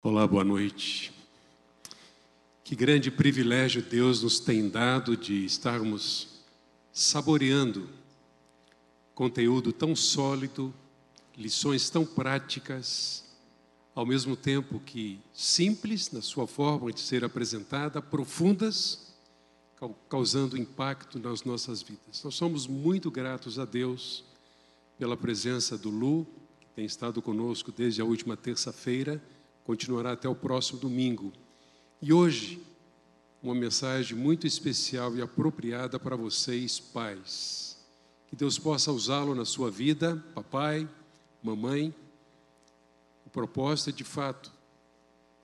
Olá, boa noite. Que grande privilégio Deus nos tem dado de estarmos saboreando conteúdo tão sólido, lições tão práticas, ao mesmo tempo que simples na sua forma de ser apresentada, profundas, causando impacto nas nossas vidas. Nós somos muito gratos a Deus pela presença do Lu, que tem estado conosco desde a última terça-feira continuará até o próximo domingo. E hoje, uma mensagem muito especial e apropriada para vocês, pais. Que Deus possa usá-lo na sua vida, papai, mamãe. O propósito é, de fato,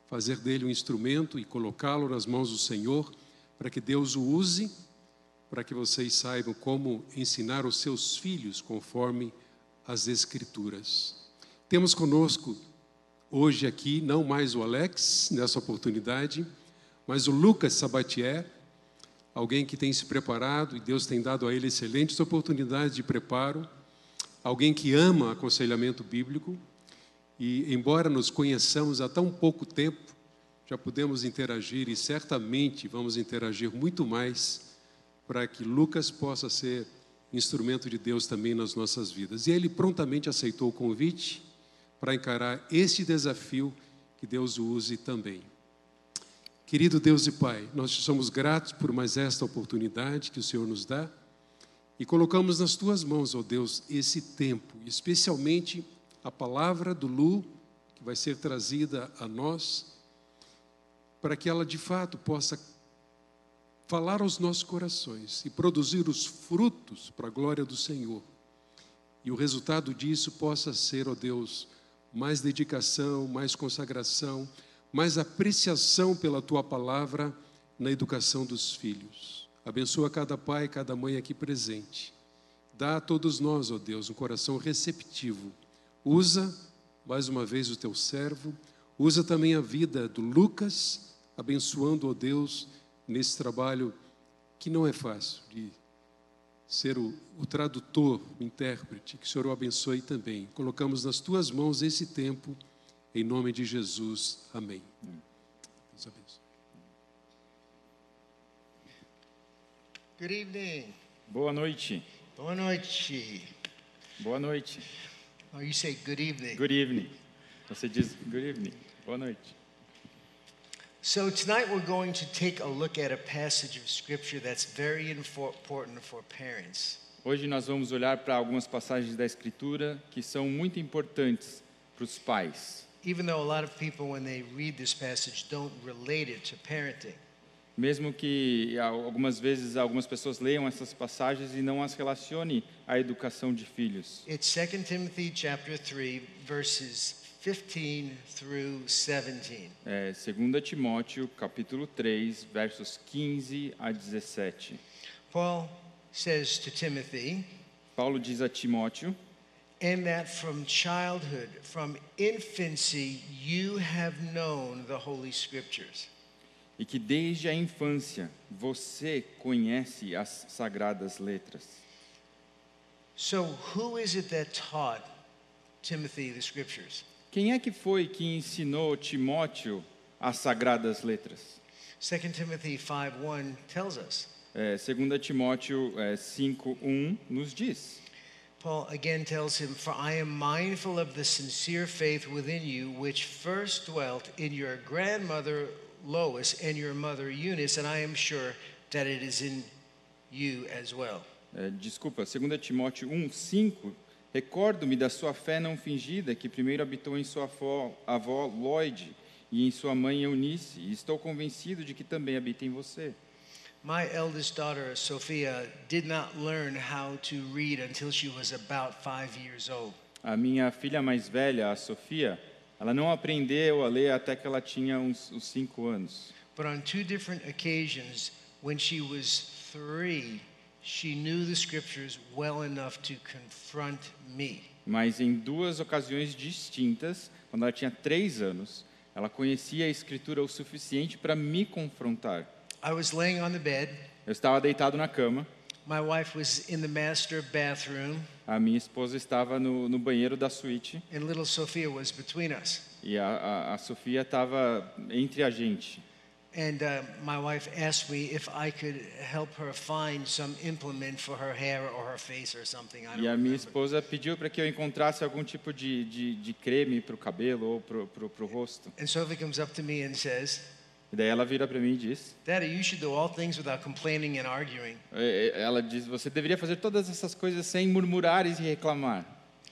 fazer dele um instrumento e colocá-lo nas mãos do Senhor, para que Deus o use, para que vocês saibam como ensinar os seus filhos conforme as Escrituras. Temos conosco hoje aqui, não mais o Alex nessa oportunidade, mas o Lucas Sabatier, alguém que tem se preparado e Deus tem dado a ele excelentes oportunidades de preparo, alguém que ama aconselhamento bíblico e, embora nos conheçamos há tão pouco tempo, já podemos interagir e certamente vamos interagir muito mais para que Lucas possa ser instrumento de Deus também nas nossas vidas. E ele prontamente aceitou o convite para encarar este desafio que Deus o use também. Querido Deus e Pai, nós te somos gratos por mais esta oportunidade que o Senhor nos dá e colocamos nas tuas mãos, ó oh Deus, esse tempo, especialmente a palavra do Lu, que vai ser trazida a nós, para que ela de fato possa falar aos nossos corações e produzir os frutos para a glória do Senhor. E o resultado disso possa ser, ó oh Deus, mais dedicação, mais consagração, mais apreciação pela tua palavra na educação dos filhos. Abençoa cada pai e cada mãe aqui presente. Dá a todos nós, ó Deus, um coração receptivo. Usa mais uma vez o teu servo, usa também a vida do Lucas, abençoando, ó Deus, nesse trabalho que não é fácil de ser o, o, tradutor, o intérprete, que o Senhor o abençoe também. Colocamos nas tuas mãos esse tempo, em nome de Jesus. Amém. Deus abençoe. Good evening. Boa noite. Boa noite. Boa noite. Oh, you say good evening. Good evening. Você diz good evening. Boa noite. So tonight we're going to take a look at a passage of scripture that's very important for parents. Hoje nós vamos olhar para algumas passagens da escritura que são muito importantes para os pais. Even though a lot of people when they read this passage don't relate it to parenting. Mesmo que algumas vezes algumas pessoas leiam essas passagens e não as relacione à educação de filhos. It's 2 Timothy chapter 3 verses 15 through 17. É, 2 Timóteo, capítulo 3, versos 15 a 17. Paul says to Timothy, Paulo diz a Timóteo, in that from childhood, from infancy, you have known the holy scriptures. E que desde a infância você conhece as sagradas letras. So who is it that taught Timothy the scriptures? Quem é que foi que ensinou Timóteo as sagradas letras? 2 Timothy 5:1 tells us. É, 2 Timóteo é, 5:1 nos diz. Paul again tells him, "For I am mindful of the sincere faith within you, which first dwelt in your grandmother Lois and your mother Eunice, and I am sure that it is in you as well." É, desculpa, 2 Timóteo 1:5 Recordo-me da sua fé não fingida, que primeiro habitou em sua avó, avó Lloyd e em sua mãe Eunice, e estou convencido de que também habita em você. My eldest daughter, Sophia, did not learn how to read until she was about five years old. A minha filha mais velha, a Sofia, ela não aprendeu a ler até que ela tinha uns, uns cinco anos. But on two different occasions, when she was three, She knew the scriptures well enough to confront me. Mas em duas ocasiões distintas, quando ela tinha três anos, ela conhecia a escritura o suficiente para me confrontar. I was laying on the bed. Eu estava deitado na cama. My wife was in the master bathroom, A minha esposa estava no, no banheiro da suíte and little Sophia was between us. e a, a, a Sofia estava entre a gente. And uh, my wife asked me if I could help her find some implement for her hair or her face or something. I don't E a minha remember. esposa pediu para que eu encontrasse algum tipo de, de, de creme para o cabelo ou para o rosto. And Sophie comes up to me and says, E daí ela vira para mim e diz: Daddy, you should do all things without complaining and arguing. é, é, Ela diz, você deveria fazer todas essas coisas sem murmurar e reclamar.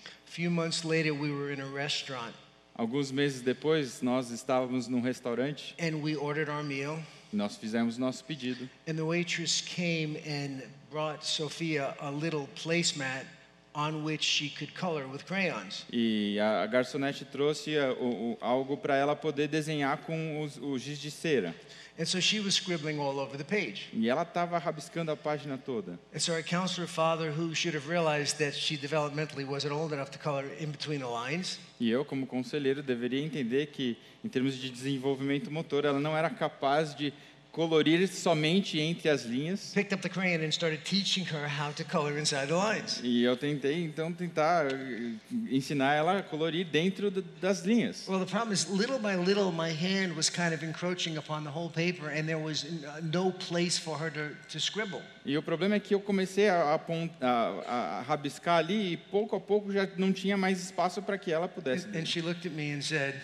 A few months later, we were in a restaurant Alguns meses depois, nós estávamos num restaurante, and we ordered our meal. nós fizemos nosso pedido And the waitress came and brought Sophia a little placemat on which she could color with crayons. e a a garçonete trouxe a- o- o- algo para ela poder desenhar com os, o giz de cera. And so she was scribbling all over the page. E ela estava rabiscando a página toda. And so our counselor father, who should have realized that she developmentally wasn't old enough to color in between the lines, E eu, como conselheiro, deveria entender que, em termos de desenvolvimento motor, ela não era capaz de colorir somente entre as linhas. picked up the crayon and started teaching her how to color inside the lines. E eu tentei, então, tentar eh, ensinar ela a colorir dentro d- das linhas. Well, the problem is, little by little, my hand was kind of encroaching upon the whole paper, and there was n- uh, no place for her to, to scribble. E o problema é que eu comecei a, apont- a- a- a rabiscar ali e pouco a pouco já não tinha mais espaço para que ela pudesse. And, and she looked at me and said,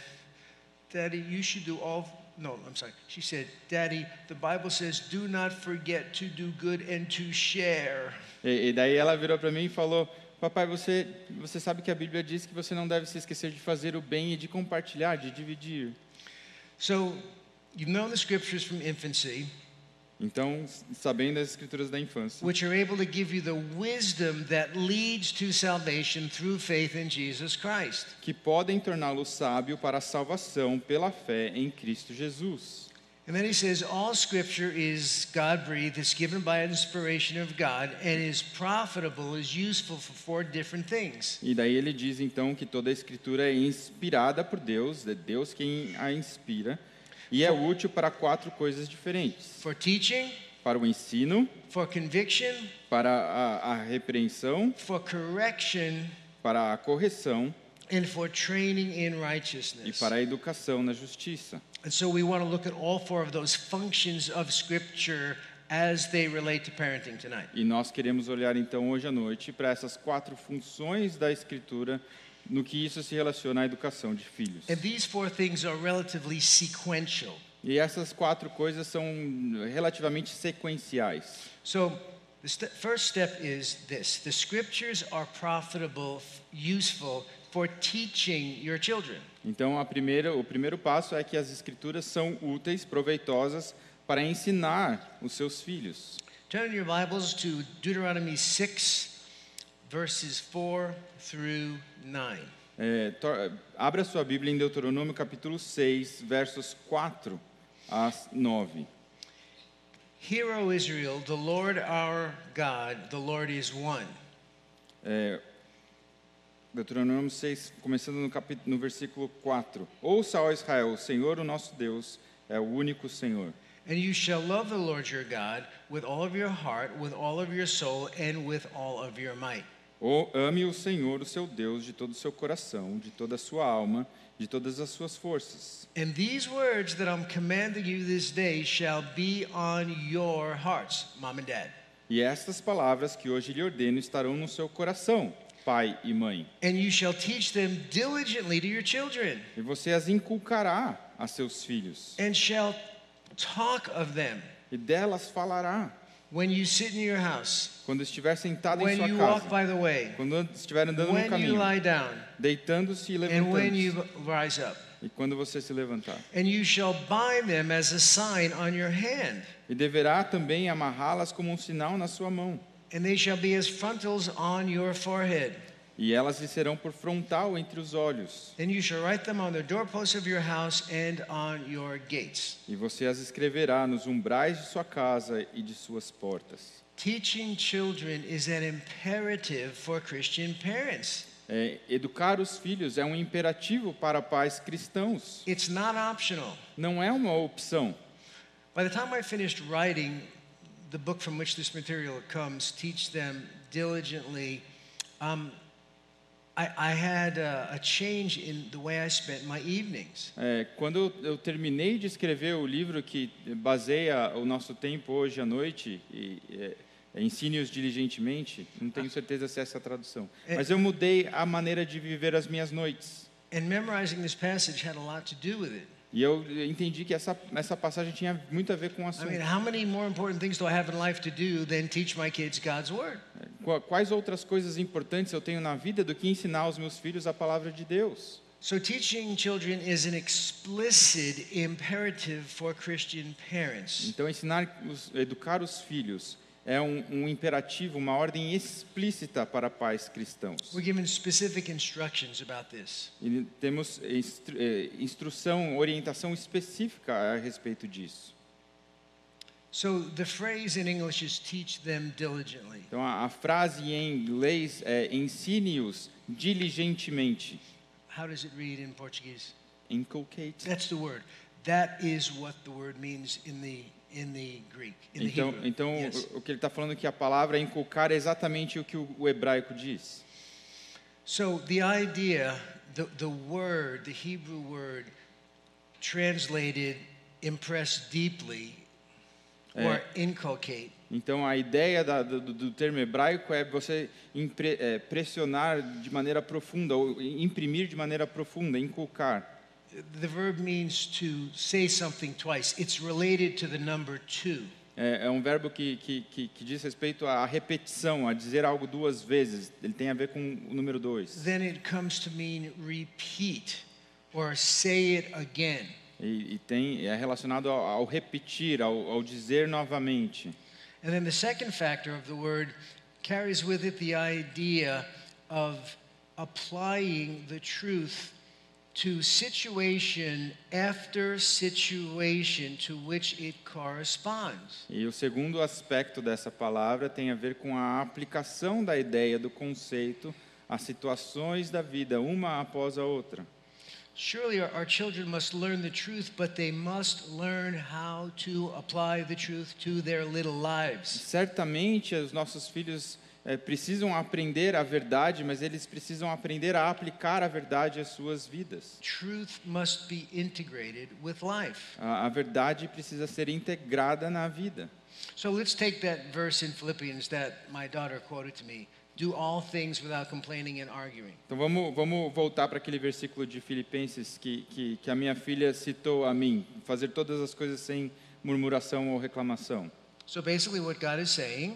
Daddy, you should do all. No, I'm sorry. She said, Daddy, the Bible says, do not forget to do good and to share. E, e daí ela virou para mim e falou: Papai, você, você sabe que a Bíblia diz que você não deve se esquecer de fazer o bem e de compartilhar, de dividir. So, you've known the scriptures from infancy, Então, s- sabendo as escrituras da infância, which are able to give you the wisdom that leads to salvation through faith in Jesus Christ. que podem torná-lo sábio para a salvação pela fé em Cristo Jesus. And then he says, All scripture is God breathed, it's given by inspiration of God, and is profitable, is useful for four different things. E daí ele diz então que toda a escritura é inspirada por Deus, é Deus quem a inspira, e é útil para quatro coisas diferentes: For teaching, para o ensino, for conviction, para a, a repreensão, for correction, para a correção and for training in e righteousness. para a educação na justiça. And so we want to look at all four of those functions of scripture as they relate to parenting tonight. E nós queremos olhar então hoje à noite para essas quatro funções da escritura no que isso se relaciona à educação de filhos. And these four things are relatively sequential. E essas quatro coisas são relativamente sequenciais. So the st- first step is this the scriptures are profitable, f- useful for teaching your children. Então, a primeira, o primeiro passo é que as escrituras são úteis, proveitosas para ensinar os seus filhos. Turn in your Bibles to Deuteronomy 6, verses 4 through 9. É, to- abra sua Bíblia em Deuteronômio capítulo 6, versos 4 a 9. Hear, O Israel, the Lord our God, the Lord is one. É, Deuteronômio 6, começando no, capi- no versículo 4. Ouça, ó Israel, o Senhor, o nosso Deus, é o único Senhor. And you shall love the Lord your God with all of your heart, with all of your soul, and with all of your might. Ou ame o Senhor, o seu Deus, de todo o seu coração, de toda a sua alma, de todas as suas forças. And these words that I'm commanding you this day shall be on your hearts, mom and dad. E estas palavras que hoje lhe ordeno estarão no seu coração, pai e mãe. And you shall teach them diligently to your children, E você as inculcará a seus filhos, and shall talk of them e delas falará when you sit in your house, quando estiver sentado em when sua you walk casa, by the way, quando estiver andando no when you caminho, lie down, deitando-se e and when you levantando-se, rise up. e quando você se levantar. And you shall bind them as a sign on your hand, E deverá também amarrá-las como um sinal na sua mão, and they shall be as frontals on your forehead. e elas lhe serão por frontal entre os olhos. And you shall write them on the doorposts of your house and on your gates. E você as escreverá nos umbrais de sua casa e de suas portas. Teaching children is an imperative for Christian parents. É, educar os filhos é um imperativo para pais cristãos, It's not optional. não é uma opção. By the time I finished writing the book from which this material comes, teach them diligently. Um, I, I had a, a change in the way I spent my evenings. É, quando eu terminei de escrever o livro que baseia o nosso tempo hoje à noite, e, é, é, ensine-os diligentemente, não tenho certeza se é essa a tradução, mas eu mudei a maneira de viver as minhas noites. And memorizing this passage had a lot to do with it. E eu entendi que essa, essa passagem tinha muito a ver com o I mean, assunto. how many more important things do I have in life to do than teach my kids God's Word? Qua- Quais outras coisas importantes eu tenho na vida do que ensinar aos meus filhos a palavra de Deus? So, teaching children is an explicit imperative for Christian parents. Então, ensinar, os, educar os filhos é um, um imperativo, uma ordem explícita para pais cristãos. We're given specific instructions about this. E temos instru, eh, instrução, orientação específica a respeito disso. So, the phrase in English is teach them diligently. Então, a, a frase em inglês é ensine-os diligentemente. How does it read in Portuguese? Inculcate. That's the word. That is what the word means in the in the Greek, in the Então, Hebrew. então Yes. o, o que ele está falando é que a palavra inculcar é exatamente o que o, o hebraico diz. So the idea, the, the word, the Hebrew word translated impress deeply or inculcate Então, a ideia da- do, do- do termo hebraico é você impre, eh, pressionar de maneira profunda, ou imprimir de maneira profunda, inculcar. the verb means to say something twice. It's related to the number two. É, é um verbo que, que, que, que diz respeito à repetição, a dizer algo duas vezes. Ele tem a ver com o número dois. Then it comes to mean repeat or say it again. E, e tem, é relacionado ao, ao repetir, ao, ao dizer novamente. And then the second factor of the word carries with it the idea of applying the truth to situation after situation to which it corresponds. E o segundo aspecto dessa palavra tem a ver com a aplicação da ideia, do conceito, às situações da vida, uma após a outra. Surely our, our children must learn the truth, but they must learn how to apply the truth to their little lives. Certamente os nossos filhos eh, precisam aprender a verdade, mas eles precisam aprender a aplicar a verdade às suas vidas. Truth must be integrated with life. A, a verdade precisa ser integrada na vida. So let's take that verse in Philippians that my daughter quoted to me do all things without complaining and arguing. Então vamos, vamos voltar para aquele versículo de Filipenses que, que, que a minha filha citou a mim: fazer todas as coisas sem murmuração ou reclamação. So basically, what God is saying,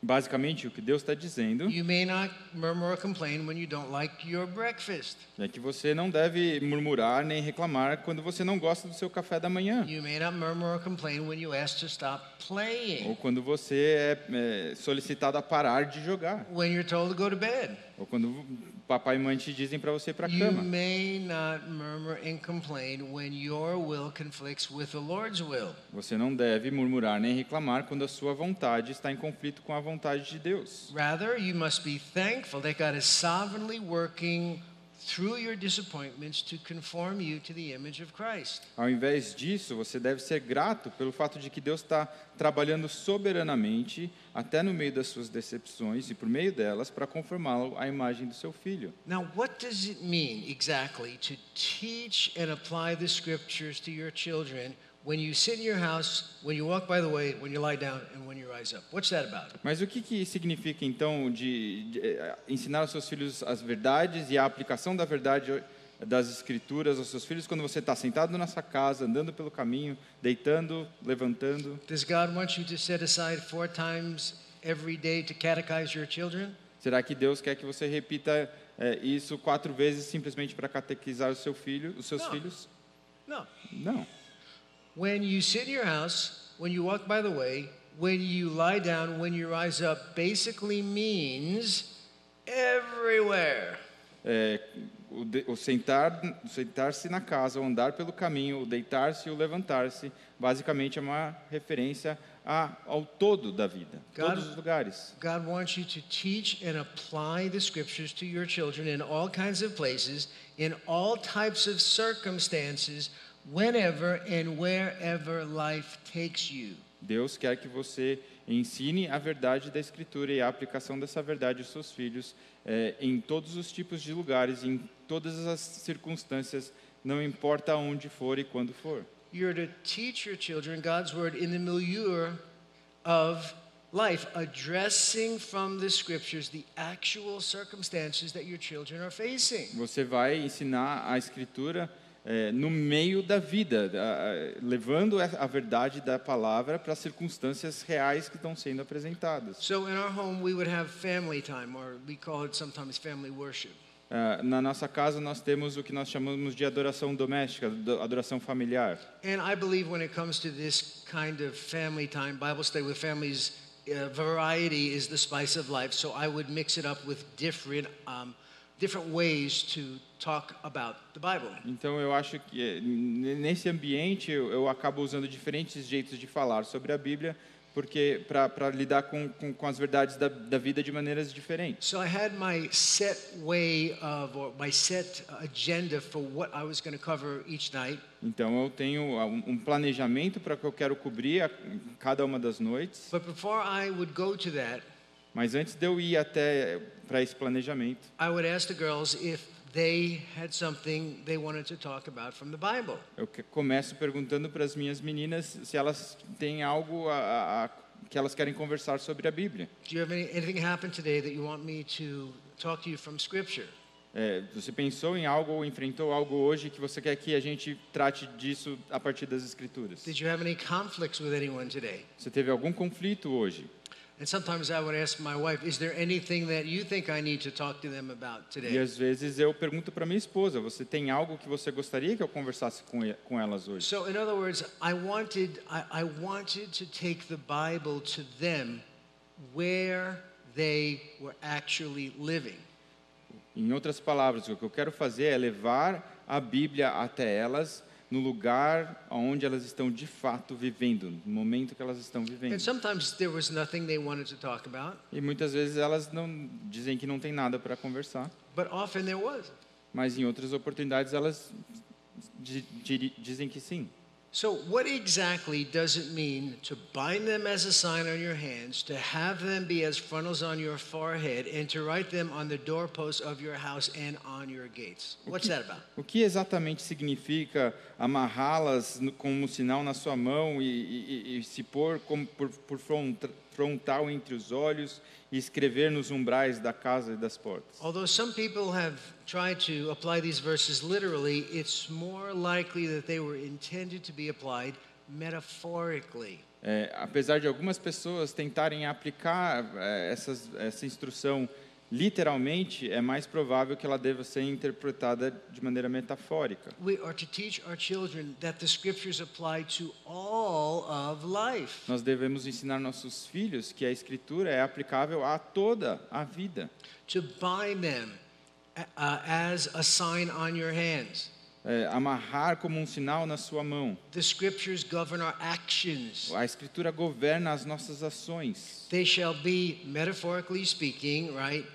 Basicamente, o que Deus está dizendo you may not murmur or complain when you don't like your breakfast. é que você não deve murmurar nem reclamar quando você não gosta do seu café da manhã. You may not murmur or complain when you ask to stop Ou playing, quando você é, é solicitado a parar de jogar. when you're told to go to bed. Ou quando o papai e mãe te dizem para você ir para a You cama. may not murmur and complain when your will conflicts with the Lord's will. Você não deve murmurar nem reclamar quando a sua vontade está em conflito com a vontade de Deus. Rather, you must be thankful that God is sovereignly working through your disappointments to conform you to the image of Christ. Ao invés disso, você deve ser grato pelo fato de que Deus está trabalhando soberanamente, até no meio das suas decepções e por meio delas, para conformá-lo à imagem do seu filho. Now, what does it mean exactly to teach and apply the scriptures to your children when you sit in your house, when you walk by the way, when you lie down, and when you rise up? What's that about? Mas o que, que significa, então, de, de, eh, ensinar aos seus filhos as verdades e a aplicação da verdade eh, das Escrituras aos seus filhos quando você está sentado na sua casa, andando pelo caminho, deitando, levantando? Does God want you to set aside four times every day to catechize your children? Será que Deus quer que você repita eh, isso quatro vezes simplesmente para catequizar o seu filho, os seus Não. filhos? No. Não. When you sit in your house, when you walk by the way, when you lie down, when you rise up, basically means everywhere. É, o, de- o sentar, o sentar-se na casa, o andar pelo caminho, o deitar-se e o levantar-se, basicamente é uma referência a, ao todo da vida, Cara- todos os lugares. God wants you to teach and apply the scriptures to your children in all kinds of places, in all types of circumstances, whenever and wherever life takes you. Deus quer que você Ensine a verdade da Escritura e a aplicação dessa verdade aos seus filhos eh, em todos os tipos de lugares, em todas as circunstâncias, não importa onde for e quando for. You're to teach your children God's word in the milieu of life, addressing from the scriptures the actual circumstances that your children are facing. Você vai ensinar a Escritura eh, no meio da vida, a- a- levando a a verdade da palavra para as circunstâncias reais que estão sendo apresentadas. So in our home, we would have family time, or we call it sometimes family worship. Ah, na nossa casa nós temos o que nós chamamos de adoração doméstica, do- adoração familiar. And I believe when it comes to this kind of family time, Bible study with families, uh, variety is the spice of life. So I would mix it up with different, um, different ways to talk about the Bible. Então eu acho que eh, n- nesse ambiente eu, eu acabo usando diferentes jeitos de falar sobre a Bíblia, porque para lidar com, com, com as verdades da, da vida de maneiras diferentes. So I had my set way of, or my set agenda for what I was going to cover each night. Então eu tenho ah, um um planejamento para o que eu quero cobrir a, cada uma das noites, But before I would go to that, mas antes de eu ir até para esse planejamento, I would ask the girls if they had something they wanted to talk about from the Bible. eu que- começo perguntando para as minhas meninas se elas têm algo a, a, a, que elas querem conversar sobre a Bíblia. Do you have any, anything happen today that you want me to talk to you from Scripture? É, você pensou em algo ou enfrentou algo hoje que você quer que a gente trate disso a partir das escrituras? Did you have any conflicts with anyone today? Você teve algum conflito hoje? And sometimes I would ask my wife, Is there anything that you think I need to talk to them about E today? às vezes eu pergunto para minha esposa: você tem algo que você gostaria que eu conversasse com, e- com elas hoje? So, in other words, I wanted, I, I wanted to take the Bible to them where they were actually living. Em outras palavras, o que eu quero fazer é levar a Bíblia até elas no lugar onde elas estão de fato vivendo, no momento que elas estão And vivendo. sometimes there was nothing they wanted to talk about, E muitas vezes elas não dizem que não tem nada para conversar. but often there was. mas em outras oportunidades elas di- diri- dizem que sim. So, what exactly does it mean to bind them as a sign on your hands, to have them be as frontals on your forehead, and to write them on the doorposts of your house and on your gates? What's that about? O que exatamente significa amarrá-las no- como um sinal na sua mão e, e- e- e se pôr como por, por front- frontal entre os olhos e escrever nos umbrais da casa e das portas? Although some people have tried to apply these verses literally, it's more likely that they were intended to be applied metaphorically. É, apesar de algumas pessoas tentarem aplicar é, essas, essa instrução literalmente, é mais provável que ela deva ser interpretada de maneira metafórica. We are to teach our children that the scriptures apply to all of life. Nós devemos ensinar nossos filhos que a escritura é aplicável a toda a vida. to bind them uh, as a sign on your hands. É, amarrar como um sinal na sua mão. The scriptures govern our actions. A escritura governa as nossas ações. They shall be, metaphorically speaking, right,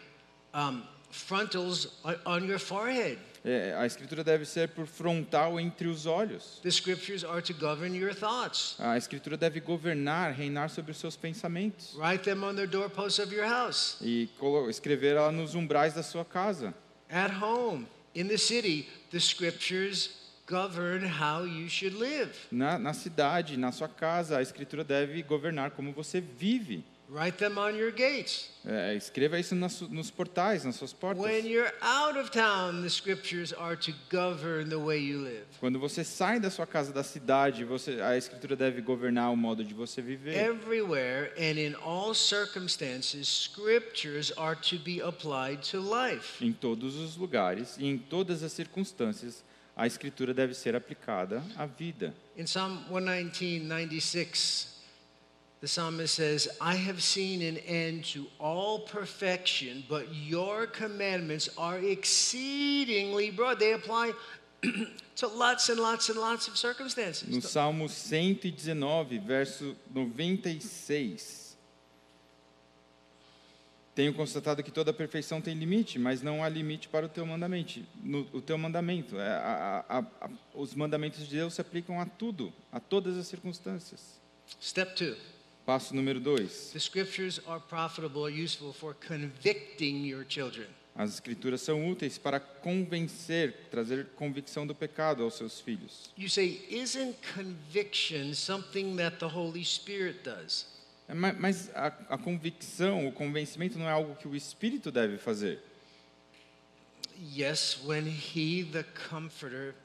um, frontals on- on your forehead. É, a escritura deve ser por frontal entre os olhos. The scriptures are to govern your thoughts. A escritura deve governar, reinar sobre os seus pensamentos Write them on the doorposts of your house, e colo- escrever ela nos umbrais da sua casa. at home, in the city. The scriptures govern how you should live. Na, na cidade, na sua casa, a escritura deve governar como você vive. Write them on your gates. É, escreva isso nas su- nos portais, nas suas portas. When you're out of town, the scriptures are to govern the way you live. Quando você sai da sua casa, da cidade, você, a escritura deve governar o modo de você viver. Everywhere and in all circumstances, scriptures are to be applied to life. Em todos os lugares e em todas as circunstâncias, a escritura deve ser aplicada à vida. In Psalm 119, 96, the psalmist says, I have seen an end to all perfection, but your commandments are exceedingly broad. They apply to lots and lots and lots of No circumstances. Salmo 119, verso 96. Tenho constatado que toda perfeição tem limite, mas não há limite para o teu mandamento. No, o teu mandamento, é, a- a- a- os mandamentos de Deus se aplicam a tudo, a todas as circunstâncias. Step two Passo número dois. The scriptures are profitable, are useful for convicting your children. As escrituras são úteis para convencer, trazer convicção do pecado aos seus filhos. You say, isn't conviction something that the Holy Spirit does? É, ma- Mas a, a convicção, o convencimento não é algo que o Espírito deve fazer. Yes, when he, the Comforter,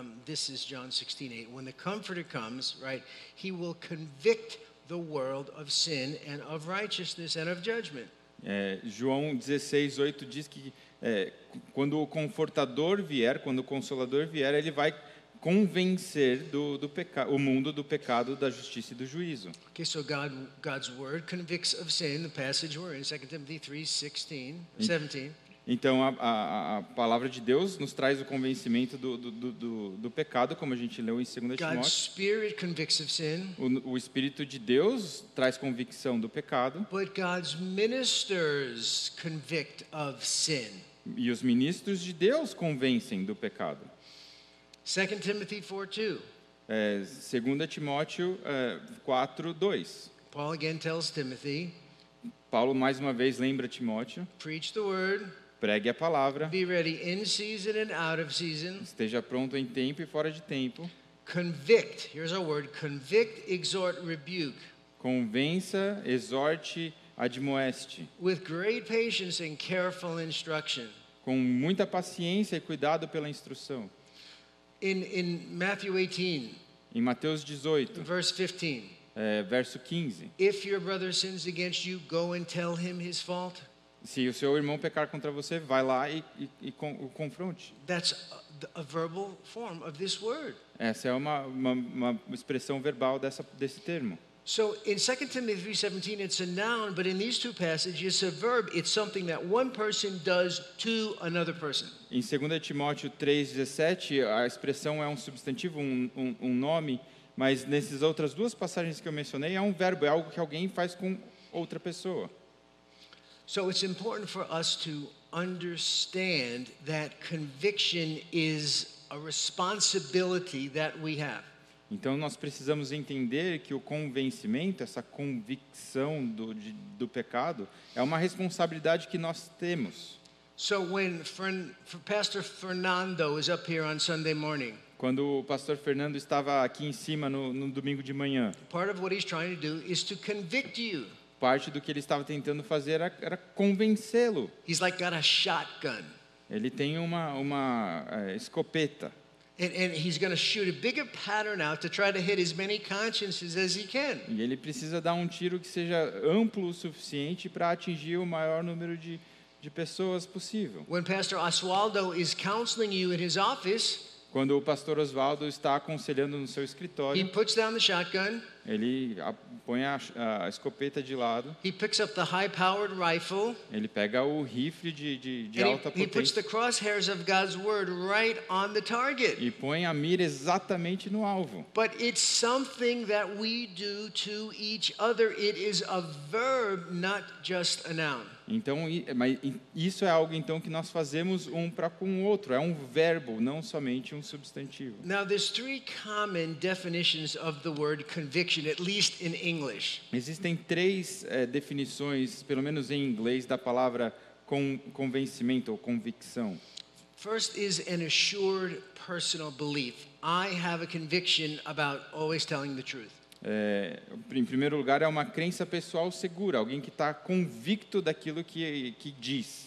um, this is John 16, 8. When the Comforter comes, right, he will convict the world of sin and of righteousness and of judgment. É, João 16, 8 diz que é, quando o confortador vier, quando o consolador vier, ele vai convencer do, do peca- o mundo do pecado, da justiça e do juízo. Okay, so God, God's word convicts of sin, the passage we're in, 2 Timothy 3, 16, 17. Então, a, a, a palavra de Deus nos traz o convencimento do, do, do- do, do pecado, como a gente leu em 2 God's Timóteo. spirit convicts of sin, O, o Espírito de Deus traz convicção do pecado but God's ministers convict of sin. e os ministros de Deus convencem do pecado. 2 Timothy 4, 2. É, 2 Timóteo é, 4, 2. Paul again tells Timothy, Paulo, mais uma vez, lembra Timóteo. preach the word, Pregue a palavra, Be ready in season and out of season. esteja pronto em tempo e fora de tempo, Convict, here's our word convict, exhort, rebuke convença, exorte, admoeste, with great patience and careful instruction. com muita paciência e cuidado pela instrução. In, in Matthew 18, Em Mateus 18, verse 15, é, verso 15: if your brother sins against you, go and tell him his fault. Se o seu irmão pecar contra você, vai lá e, e, e con, o confronte. That's a, a verbal form of this word. Essa é uma, uma, uma expressão verbal dessa, desse termo. So in 2 Timothy 3:17 it's a noun, but in these two passages it's a verb. It's something that one person does to another person. Em 2 Timóteo 3,17, a expressão é um substantivo, um, um, um nome, mas nessas outras duas passagens que eu mencionei, é um verbo, é algo que alguém faz com outra pessoa. So it's important for us to understand that conviction is a responsibility that we have. Então nós precisamos entender que o convencimento, essa convicção do, de, do pecado, é uma responsabilidade que nós temos. So when Fern, Pastor Fernando is up here on Sunday morning, Quando o pastor Fernando estava aqui em cima no, no domingo de manhã, part of what he's trying to do is to convict you. parte do que ele estava tentando fazer era, era convencê-lo. He's like got a shotgun, Ele tem uma, uma eh, escopeta. and, and he's going to shoot a bigger pattern out to try to hit as many consciences as he can. E ele precisa dar um tiro que seja amplo o suficiente para atingir o maior número de, de pessoas possível. When Pastor Oswaldo is counseling you in his office, Quando o pastor Oswaldo está aconselhando no seu he escritório, puts down the shotgun, ele a- põe a, ch- a escopeta de lado, he picks up the high-powered rifle, ele pega o rifle de, de, de And alta he, he puts the potência crosshairs of God's word right on the target. e põe a mira exatamente no alvo. But it's something that we do to each other. It is a verb, not just a noun. Então, i- mas i- isso é algo então que nós fazemos um para com o outro, é um verbo, não somente um substantivo. Now, there's three common definitions of the word conviction, at least in English. Existem três eh, definições, pelo menos em inglês, da palavra con convencimento ou convicção. First is an assured personal belief. I have a conviction about always telling the truth. Eh, em primeiro lugar, é uma crença pessoal segura, alguém que está convicto daquilo que, que diz.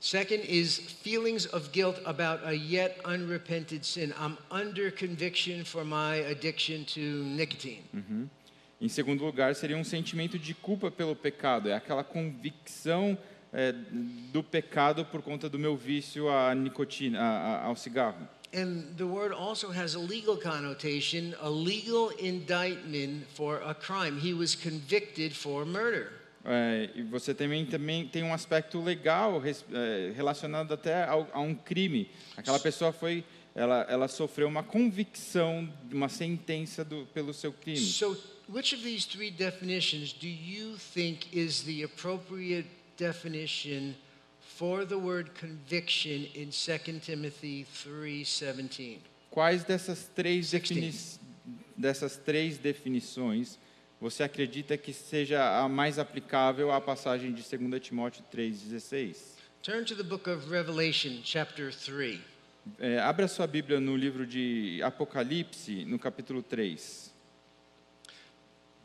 Second is feelings of guilt about a yet unrepented sin. I'm under conviction for my addiction to nicotine. Em segundo lugar, seria um sentimento de culpa pelo pecado, é aquela convicção eh, do pecado por conta do meu vício à nicotina, a- a- ao cigarro. And the word also has a legal connotation, a legal indictment for a crime. He was convicted for murder. É, e você também, também tem um aspecto legal res- é, relacionado até ao, a um crime. Aquela pessoa foi, ela, ela sofreu uma convicção, uma sentença do, pelo seu crime. So, which of these three definitions do you think is the appropriate definition for the word conviction in 2 Timothy 3:17? Quais dessas três, Sixteen. defini dessas três definições você acredita que seja a mais aplicável à passagem de 2 Timóteo 3,16? Turn to the book of Revelation, chapter 3. É, abra sua Bíblia no livro de Apocalipse, no capítulo 3,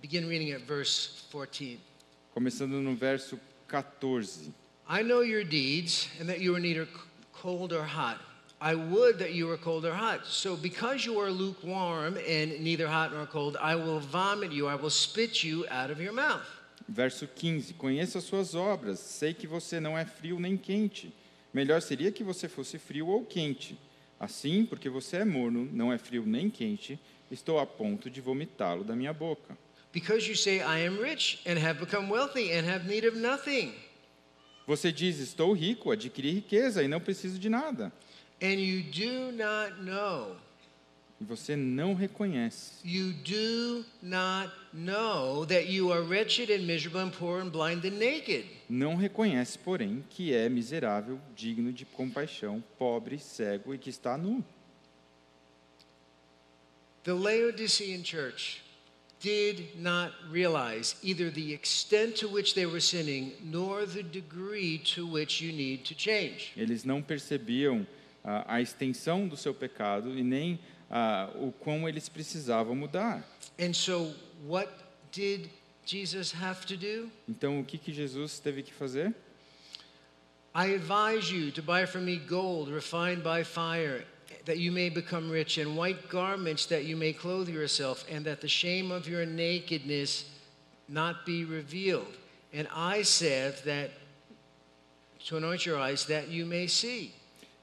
Begin reading at verse 14. começando no verso 14. I know your deeds, and that you are neither c- cold or hot. I would that you were cold or hot. So, because you are lukewarm and neither hot nor cold, I will vomit you, I will spit you out of your mouth. Verso 15: Conheço as suas obras, sei que você não é frio nem quente. Melhor seria que você fosse frio ou quente. Assim, porque você é morno, não é frio nem quente, estou a ponto de vomitá-lo da minha boca. Because you say, I am rich and have become wealthy and have need of nothing, Você diz: Estou rico, adquiri riqueza e não preciso de nada. and you do not know, E você não reconhece. you do not know that you are wretched and miserable and poor and blind and naked. Não reconhece, porém, que é miserável, digno de compaixão, pobre, cego e que está nu. The Laodicean church did not realize either the extent to which they were sinning nor the degree to which you need to change. Eles não percebiam ah, a extensão do seu pecado e nem ah, o quão eles precisavam mudar. And so, what did Jesus have to do? Então, o que, que Jesus teve que fazer? I advise you to buy from me gold refined by fire, that you may become rich, and white garments that you may clothe yourself, and that the shame of your nakedness not be revealed. And I said that to anoint your eyes that you may see.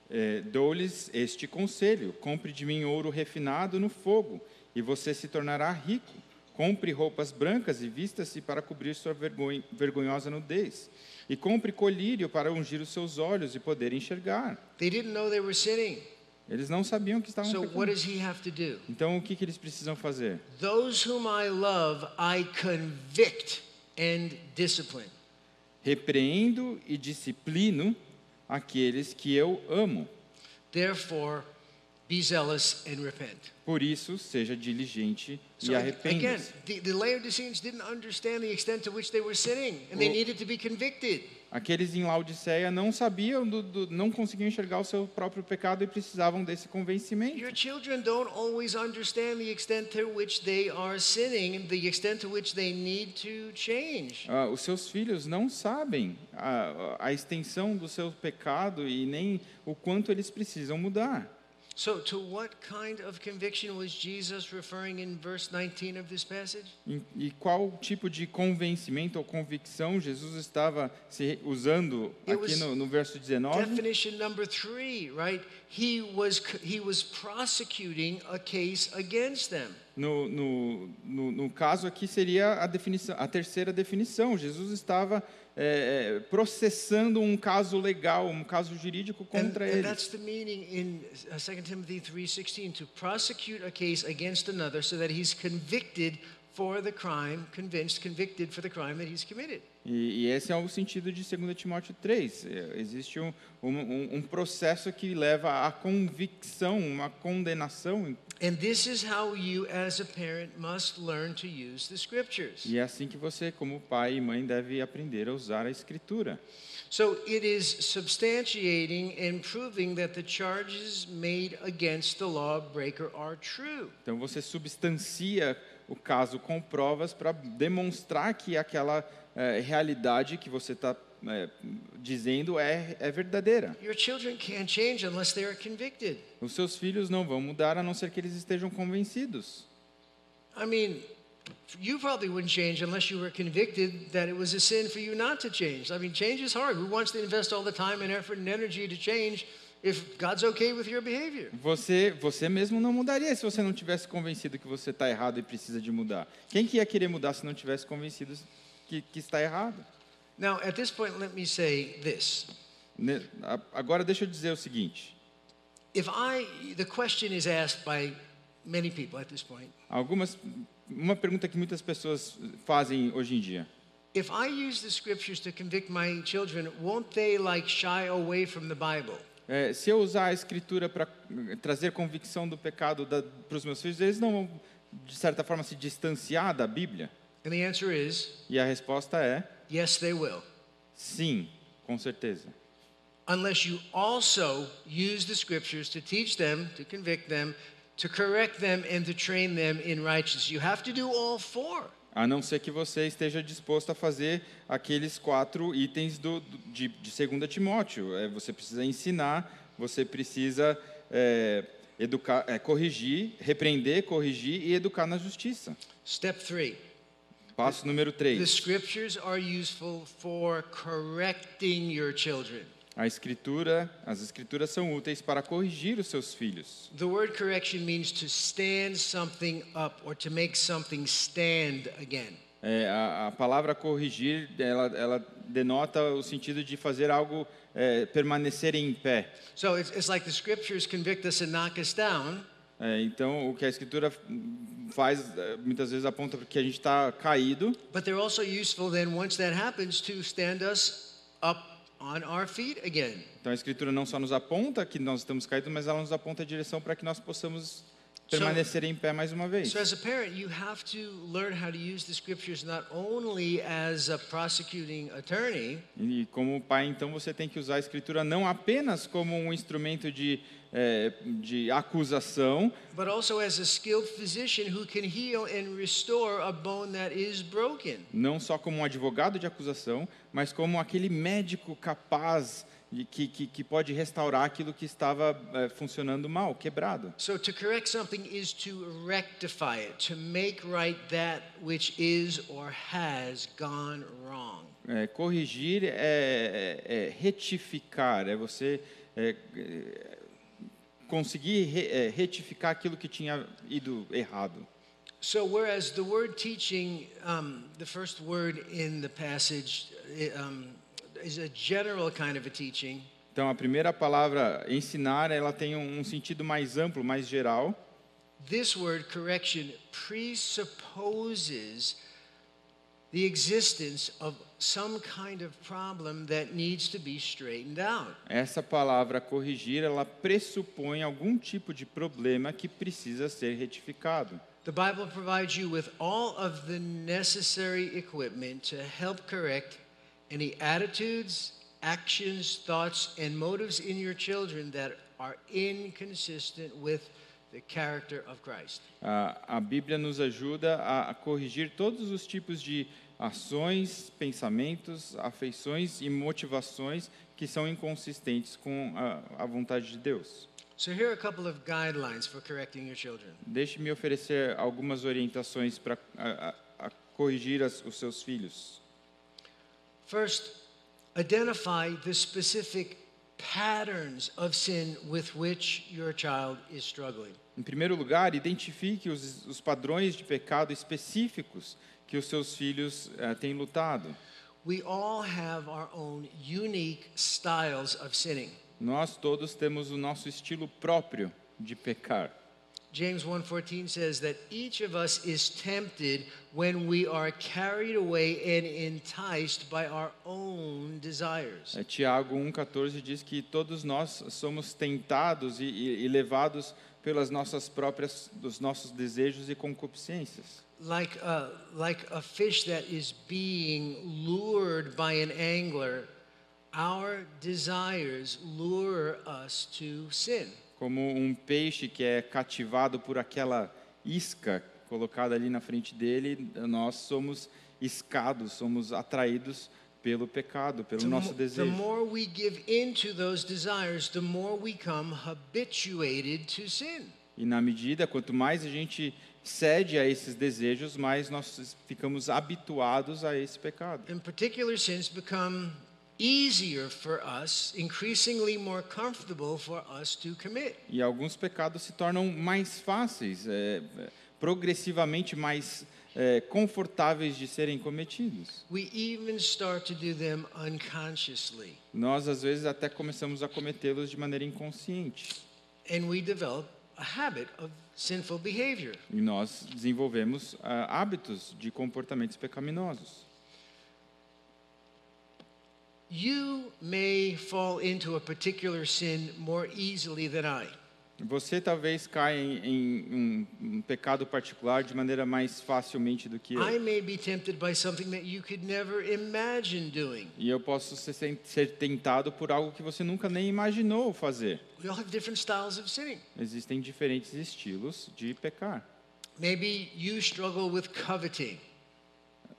Eh, Dou-lhes este conselho: compre de mim ouro refinado no fogo, e você se tornará rico. Compre roupas brancas e vista-se para cobrir sua vergonha, vergonhosa nudez. E compre colírio para ungir os seus olhos e poder enxergar. They didn't know they were sinning. Eles não sabiam que estavam So what pecando. does he have to do? Então, o que, que eles precisam fazer? Those whom I love, I convict and discipline. Repreendo e disciplino aqueles que eu amo. Therefore, be zealous and repent. Por isso, seja diligente So e ag- again, arrependa-se. the, the Laodiceans didn't understand the extent to which they were sinning, and they Well- needed to be convicted. Aqueles em Laodiceia não sabiam, do, do, não conseguiam enxergar o seu próprio pecado e precisavam desse Your convencimento. children don't always understand the extent to which they are sinning and the extent to which they need to change. Ah, os seus filhos não sabem a, a extensão do seu pecado e nem o quanto eles precisam mudar. So, to what kind of conviction was Jesus referring in verse 19 of this passage? E, e qual tipo de convencimento ou convicção Jesus estava se usando It aqui was no, no verso 19? Definition number three, right? He was c- he was prosecuting a case against them. No, no, no, no caso aqui seria a, definição, a terceira definição. Jesus estava eh, eh, processando um caso legal, um caso jurídico And, contra and ele. that's the meaning in uh, 2 Timothy 3:16 to prosecute a case against another so that he's convicted for the crime, convinced, convicted for the crime that he's committed. E, e esse é o sentido de 2 Timóteo 3. Eh, Existe um, um, um- um processo que leva à convicção, uma condenação. And this is how you as a parent must learn to use the scriptures. E é assim que você, como pai e mãe, deve aprender a usar a Escritura. So it is substantiating and proving that the charges made against the lawbreaker are true. Então você substancia o caso com provas para demonstrar que aquela eh, realidade que você está dizendo é, é verdadeira. Your children can't change unless they are convicted. Os seus filhos não vão mudar a não ser que eles estejam convencidos. I mean, you probably wouldn't change unless you were convicted that it was a sin for you not to change. I mean, change is hard. Who wants to invest all the time and effort and energy to change if God's okay with your behavior? Você, você mesmo não mudaria se você não tivesse convencido que você está errado e precisa de mudar. Quem que ia querer mudar se não tivesse convencido que, que está errado? Now, at this point, let me say this. Ne- Né, a- Agora deixa eu dizer o seguinte. If I, the question is asked by many people at this point. Algumas, uma pergunta que muitas pessoas fazem hoje em dia. If I use the scriptures to convict my children, won't they like shy away from the Bible? É, se eu usar a escritura para trazer convicção do pecado para os meus filhos, eles não vão, de certa forma, se distanciar da Bíblia? And the answer is E a resposta é yes, they will. sim, com certeza. Unless you also use the scriptures to teach them, to convict them, to correct them, and to train them in righteousness. You have to do all four. A não ser que você esteja disposto a fazer aqueles quatro itens do, do- de, de 2 Timóteo. É, você precisa ensinar, você precisa é, educar, é, corrigir, repreender, corrigir e educar na justiça. Step three Passo número the 3. scriptures are useful for correcting your children. A escritura, as escrituras são úteis para corrigir os seus filhos. The word correction means to stand something up or to make something stand again. É, a, a palavra corrigir, ela, ela denota o sentido de fazer algo é, permanecer em pé. So it's, it's like the scriptures convict us and knock us down, É, então, o que a Escritura faz, é, muitas vezes aponta para que a gente está caído, but they're also useful then, once that happens, to stand us up on our feet again. Então a Escritura não só nos aponta que nós estamos caídos, mas ela nos aponta a direção para que nós possamos permanecer em pé mais uma vez. So, as a parent, you have to learn how to use the scriptures not only as a prosecuting attorney, E como pai, então, você tem que usar a Escritura não apenas como um instrumento de, eh, de acusação, but also as a skilled physician who can heal and restore a bone that is broken. não só como um advogado de acusação, mas como aquele médico capaz de- que, que, que pode restaurar aquilo que estava eh, funcionando mal, quebrado. So, to correct something is to rectify it, to make right that which is or has gone wrong. É, corrigir é, é- é retificar, é você é, é, conseguir re- é, retificar aquilo que tinha ido errado. So, whereas the word teaching, um, the first word in the passage, uh, um, is a general kind of a teaching, Então, a primeira palavra, ensinar, ela tem um, um sentido mais amplo, mais geral. this word, correction, presupposes the existence of some kind of problem that needs to be straightened out. Essa palavra, corrigir, ela pressupõe algum tipo de problema que precisa ser retificado. The Bible provides you with all of the necessary equipment to help correct any attitudes, actions, thoughts, and motives in your children that are inconsistent with the character of Christ. A, a Bíblia nos ajuda a, a corrigir todos os tipos de ações, pensamentos, afeições e motivações que são inconsistentes com a, a vontade de Deus. So, here are a couple of guidelines for correcting your children. Deixe-me oferecer algumas orientações para a, a, a corrigir as, os seus filhos. First, identify the specific patterns of sin with which your child is struggling. Em primeiro lugar, identifique os, os padrões de pecado específicos que os seus filhos eh, têm lutado. We all have our own unique styles of sinning. Nós todos temos o nosso estilo próprio de pecar. James 1:14 says that each of us is tempted when we are carried away and enticed by our own desires. É, Tiago 1,14 diz que todos nós somos tentados e, e, e levados pelas nossas próprias, dos nossos desejos e concupiscências. Like a, like a fish that is being lured by an angler, our desires lure us to sin. Como um peixe que é cativado por aquela isca colocada ali na frente dele, nós somos iscados, somos atraídos pelo pecado, pelo The mo- nosso the desejo. more we give in to those desires, the more we come habituated to sin. E na medida, quanto mais a gente cede a esses desejos, mais nós ficamos habituados a esse pecado. in particular sins become easier for us, increasingly more comfortable for us to commit. E alguns pecados se tornam mais fáceis, é, é, progressivamente mais é, confortáveis de serem cometidos. We even start to do them unconsciously, Nós, às vezes, até começamos a cometê-los de maneira inconsciente. and we develop a habit of sinful behavior. E nós desenvolvemos ah, hábitos de comportamentos pecaminosos. You may fall into a particular sin more easily than I. Você talvez caia em, em um, um pecado particular de maneira mais facilmente do que I eu. may be tempted by something that you could never imagine doing. E eu posso ser, sen- ser tentado por algo que você nunca nem imaginou fazer. We all have different styles of sinning. Existem diferentes estilos de pecar. Maybe you struggle with coveting.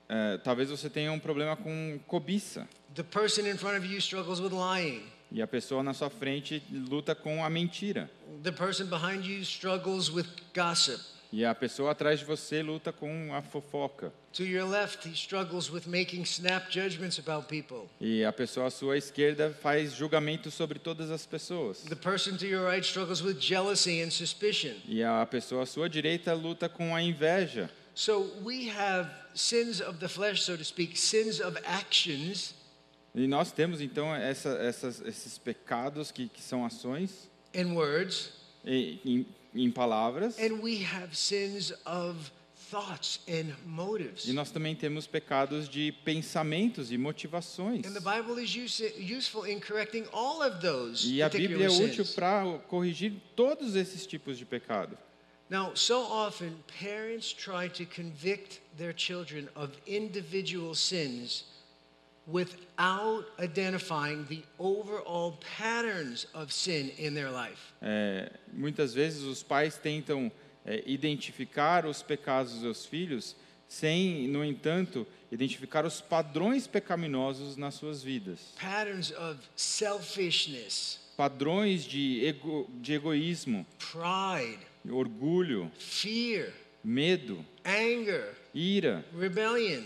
É, talvez você tenha um problema com cobiça. The person in front of you struggles with lying. E a pessoa na sua frente luta com a mentira. The person behind you struggles with gossip. E a pessoa atrás de você luta com a fofoca. To your left, he struggles with making snap judgments about people. E a pessoa à sua esquerda faz julgamento sobre todas as pessoas. The person to your right struggles with jealousy and suspicion. E a pessoa à sua direita luta com a inveja. So we have sins of the flesh, so to speak, sins of actions, E nós temos então essa, essas, esses pecados que, que são ações and words, e- em, em palavras. and we have sins of thoughts and motives. E nós também temos pecados de pensamentos e motivações. and the Bible is use, useful in correcting all of those E a particular Bíblia é útil sins. para corrigir todos esses tipos de pecado. Now, so often parents try to convict their children of individual sins without identifying the overall patterns of sin in their life. É, muitas vezes os pais tentam é, identificar os pecados dos seus filhos, sem, no entanto, identificar os padrões pecaminosos nas suas vidas. Patterns of selfishness, Padrões de, ego, de egoísmo, pride, orgulho, fear, medo, anger, ira, rebellion.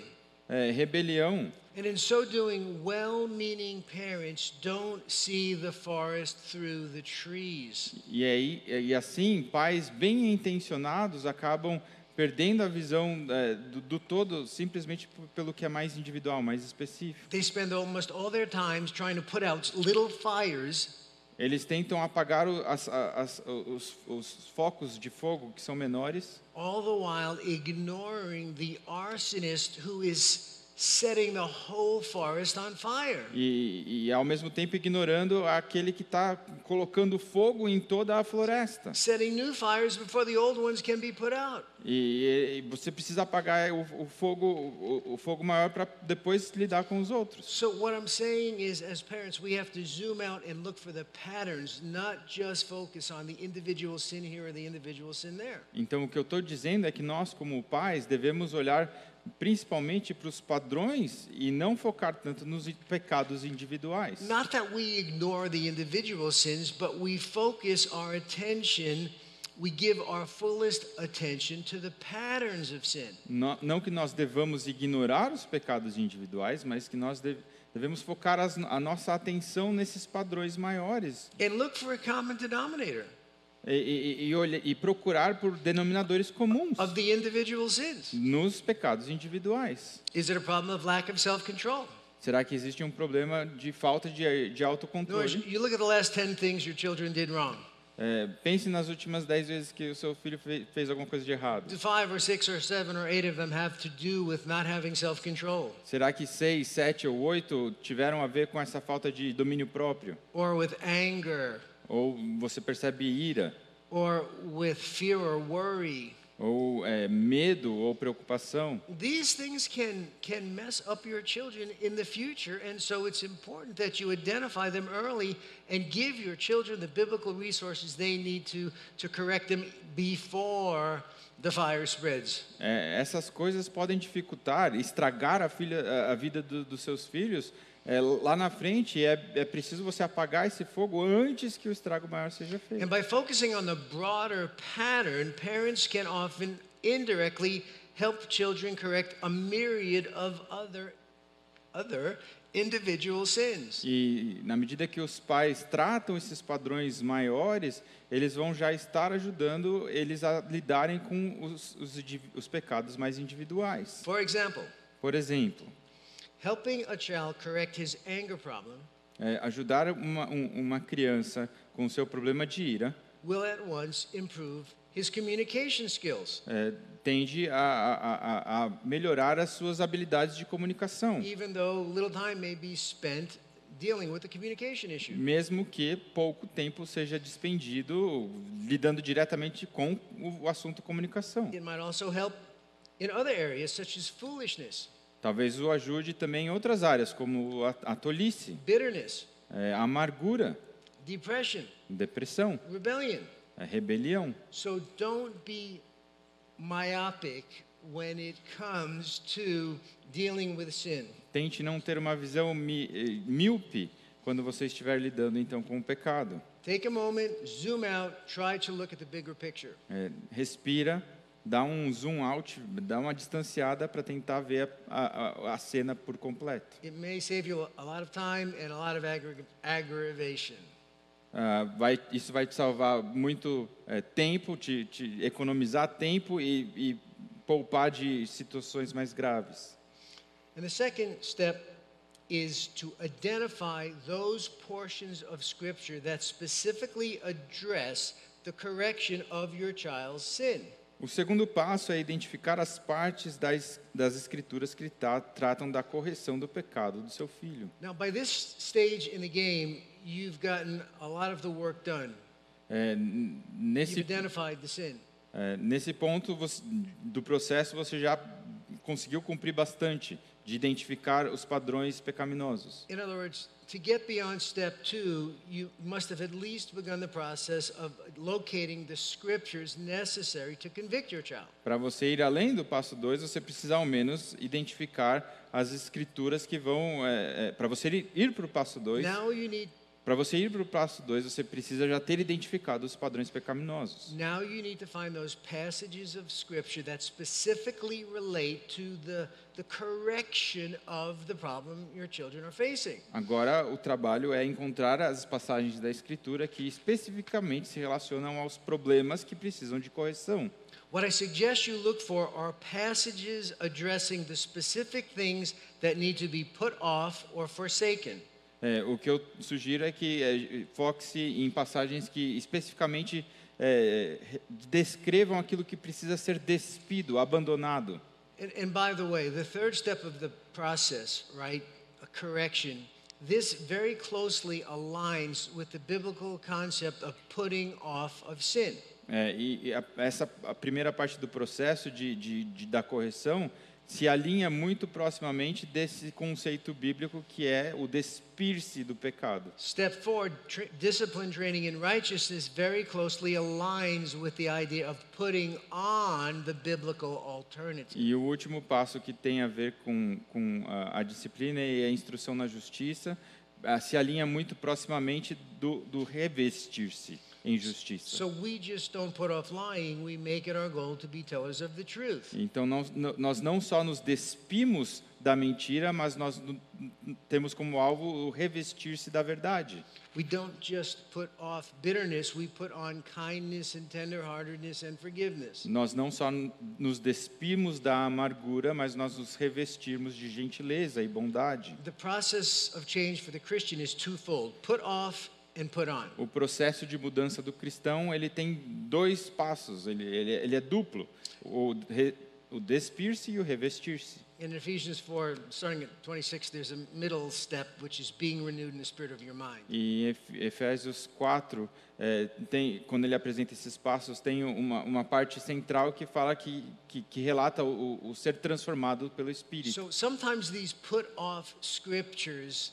é, rebelião. And in so doing, well meaning parents don't see the forest through the trees. E, aí, e assim, pais bem intencionados acabam perdendo a visão é, do, do todo simplesmente p- pelo que é mais individual, mais específico. They spend almost all their times trying to put out little fires Eles tentam apagar o- as- a- as- os, os focos de fogo que são menores, all the while ignoring the arsonist who is setting the whole forest on fire. e, e ao mesmo tempo ignorando aquele que está colocando fogo em toda a floresta. Setting new fires before the old ones can be put out. E, e você precisa apagar o, o fogo, o, o fogo maior para depois lidar com os outros. So, what I'm saying is, as parents, we have to zoom out and look for the patterns, not just focus on the individual sin here or the individual sin there. Então o que eu estou dizendo é que nós, como pais, devemos olhar principalmente para os padrões e não focar tanto nos pecados individuais. Not that we ignore the individual sins, but we focus our attention, we give our fullest attention to the patterns of sin. No- Não que nós devamos ignorar os pecados individuais, mas que nós deve- devemos focar as- a nossa atenção nesses padrões maiores And look for a common denominator e, e- e olha- e procurar por denominadores comuns of the individual sins. nos pecados individuais. Is it a problem of lack of self control? Será que existe um problema de falta de, de In other words, autocontrole? you look at the last 10 things your children did wrong. É, pense nas últimas dez vezes que o seu filho fe- fez alguma coisa de errado. Five or six or seven or eight of them have to do with not having self control Será que seis, sete ou oito tiveram a ver com essa falta de domínio próprio? or with anger Ou você percebe ira? or with fear or worry. ou é, medo ou preocupação. These things can, can mess up your children in the future, and so it's important that you identify them early and give your children the biblical resources they need to, to correct them before the fire spreads. É, essas coisas podem dificultar, estragar a, filha, a- a vida do- dos seus filhos é, lá na frente. É, é preciso você apagar esse fogo antes que o estrago maior seja feito. And by focusing on the broader pattern, parents can often indirectly help children correct a myriad of other, other individual sins. E na medida que os pais tratam esses padrões maiores, eles vão já estar ajudando eles a lidarem com os, os indivi- os pecados mais individuais. For example, Por exemplo, helping a child correct his anger problem é, ajudar uma, um- uma criança com seu problema de ira will at once improve his communication skills, é, tende a, a- a- a melhorar as suas habilidades de comunicação, even though little time may be spent dealing with the communication issue. mesmo que pouco tempo seja despendido lidando diretamente com o assunto comunicação. It might also help in other areas, such as foolishness, Talvez o ajude também em outras áreas, como a, a tolice, bitterness, é, a amargura, depression, depressão, rebellion. a rebelião. So don't be myopic when it comes to dealing with sin. Tente não ter uma visão mi, eh, míope quando você estiver lidando então com o pecado. Take a moment, zoom out, try to look at the bigger picture. É, respira, dá um zoom out, dá uma distanciada para tentar ver a, a, a cena por completo. It may save you a lot of time and a lot of aggra- aggravation. Ah, vai, isso vai te salvar muito eh, tempo, te, te economizar tempo e, e poupar de situações mais graves. And the second step is to identify those portions of Scripture that specifically address the correction of your child's sin. O segundo passo é identificar as partes das, das escrituras que tra- tratam da correção do pecado do seu filho. Now, by this stage in the game, you've gotten a lot of the work done. Eh, n- nesse, You've identified the sin. eh, nesse ponto você, do processo, você já conseguiu cumprir bastante de identificar os padrões pecaminosos. In other words, to get beyond step two, you must have at least begun the process of locating the scriptures necessary to convict your child. Para você ir além do passo 2, você precisa ao menos identificar as escrituras que vão. é, para você ir, ir para o passo 2, Now you need para você ir para o passo 2, você precisa já ter identificado os padrões pecaminosos. now you need to find those passages of scripture that specifically relate to the, the correction of the problem your children are facing. Agora, o trabalho é encontrar as passagens da escritura que especificamente se relacionam aos problemas que precisam de correção. What I suggest you look for are passages addressing the specific things that need to be put off or forsaken. É, o que eu sugiro é que é, foque-se em passagens que especificamente é, re- descrevam aquilo que precisa ser despido, abandonado. And, and by the way, the third step of the process, right, a correction, this very closely aligns with the biblical concept of putting off of sin. É, e e a, essa a primeira parte do processo de, de, de, da correção se alinha muito proximamente desse conceito bíblico que é o despir-se do pecado. Step four, tr- discipline training in righteousness, very closely aligns with the idea of putting on the biblical alternative. E o último passo que tem a ver com, com a, a disciplina e a instrução na justiça ah, se alinha muito proximamente do, do revestir-se em justiça. So we just don't put off lying, we make it our goal to be tellers of the truth. Então, não, não- nós não só nos despimos da mentira, mas nós n- n- temos como alvo o revestir-se da verdade. We don't just put off bitterness, we put on kindness and tenderheartedness and forgiveness. Nós não só n- nos despimos da amargura, mas nós nos revestirmos de gentileza e bondade. The process of change for the Christian is twofold put off and put on. O processo de mudança do cristão ele tem dois passos, ele, ele, ele é duplo: o, re- o despir-se e o revestir-se. In Ephesians 4, starting at 26, there's a middle step, which is being renewed in the spirit of your mind. E em Ef- Efésios 4, eh, tem, quando ele apresenta esses passos, tem uma, uma parte central que fala que, que, que relata o, o- o ser transformado pelo Espírito. So sometimes these put off scriptures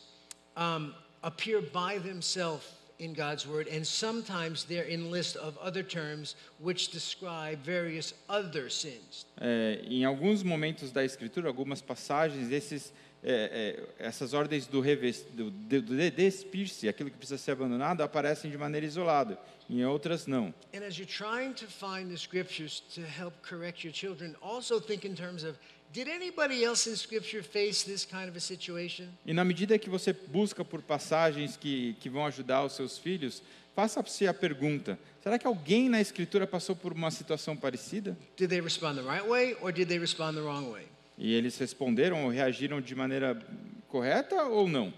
um, appear by themselves in God's word, and sometimes they're in list of other terms which describe various other sins. Eh, em alguns momentos da Escritura, algumas passagens, esses, eh, eh, essas ordens do, reves- do, do, do despir-se, aquilo que precisa ser abandonado, aparecem de maneira isolada, em outras não. And as you're trying to find the scriptures to help correct your children, also think in terms of did anybody else in scripture face this kind of a situation? E na medida que você busca por passagens que, que vão ajudar os seus filhos, faça-se a pergunta: será que alguém na Escritura passou por uma situação parecida? Did they respond the right way or did they respond the wrong way? E eles responderam ou reagiram de maneira correta ou não?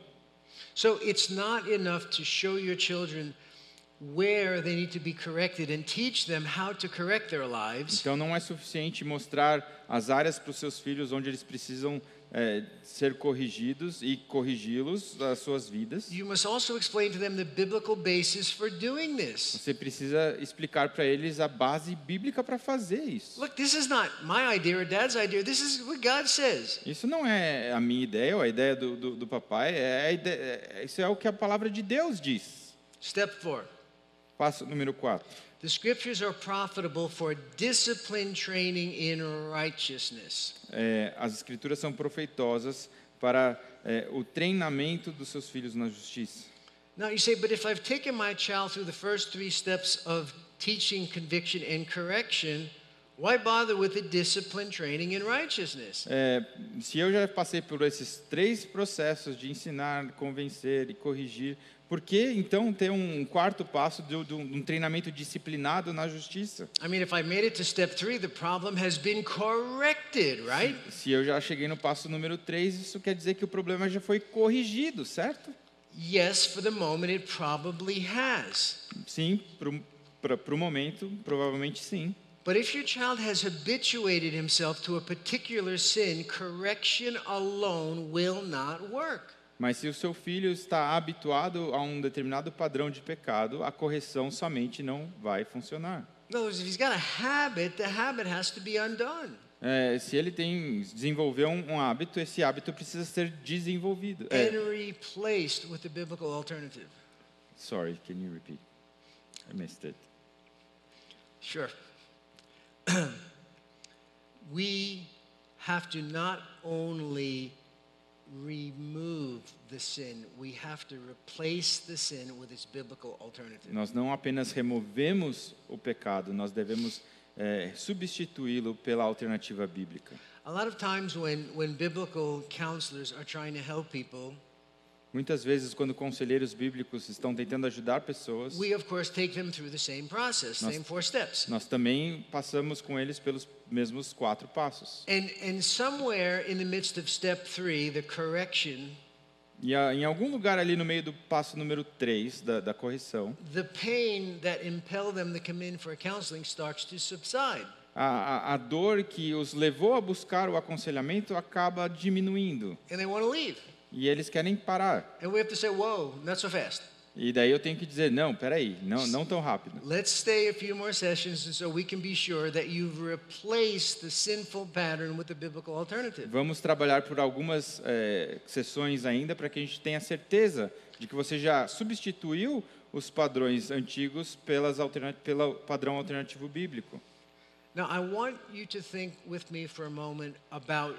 So it's not enough to show your children where they need to be corrected and teach them how to correct their lives. Então não é suficiente mostrar as áreas para os seus filhos onde eles precisam eh, ser corrigidos e corrigi-los das suas vidas. You must also explain to them the biblical basis for doing this. Você precisa explicar para eles a base bíblica para fazer isso. Look, this is not my idea or dad's idea. This is what God says. Isso não é a minha ideia ou a ideia do, do, do papai, é a ide- é- isso é o que a palavra de Deus diz. Step four Passo número 4. the scriptures are profitable for discipline training in righteousness. É, as escrituras são profeitosas para é, o treinamento dos seus filhos na justiça. Now you say, but if I've taken my child through the first three steps of teaching, conviction, and correction, why bother with the discipline training in righteousness? É, se eu já passei por esses três processos de ensinar, convencer e corrigir, por que então ter um quarto passo de, de um de um treinamento disciplinado na justiça? I mean, if I made it to step three, the problem has been corrected, right? Se eu já cheguei no passo número 3, isso quer dizer que o problema já foi corrigido, certo? Yes, for the moment, it probably has. Sim, para o momento, provavelmente sim. But if your child has habituated himself to a particular sin, correction alone will not work. Mas se o seu filho está habituado a um determinado padrão de pecado, a correção somente não vai funcionar. In other words, if he's got a habit, the habit has to be undone. É, se ele tem desenvolveu um, um hábito, esse hábito precisa ser desenvolvido. and É, replaced with a biblical alternative. sorry, can you repeat? I missed it. Sure. we have to not only remove the sin, we have to replace the sin with its biblical alternative. Nós não apenas removemos o pecado, nós devemos é, substituí-lo pela alternativa bíblica. A lot of times when, when biblical counselors are trying to help people, Muitas vezes, quando conselheiros bíblicos estão tentando ajudar pessoas, we of course take them through the same process, Nós- same four steps. nós também passamos com eles pelos mesmos quatro passos. And, and somewhere in the midst of step three, the correction, E ah, em algum lugar ali no meio do passo número 3 da, da correção, the pain that impelled them to come in for counseling starts to subside. a, a, a dor que os levou a buscar o aconselhamento acaba diminuindo. And they want to leave. E eles querem parar. And we have to say, whoa, not so fast. E daí eu tenho que dizer, não, peraí, não, não tão rápido. Let's stay a few more sessions and so we can be sure that you've replaced the sinful pattern with the biblical alternative. Vamos trabalhar por algumas eh, sessões ainda para que a gente tenha certeza de que você já substituiu os padrões antigos pelas alterna- pelo padrão alternativo bíblico. Now, I want you to think with me for a moment about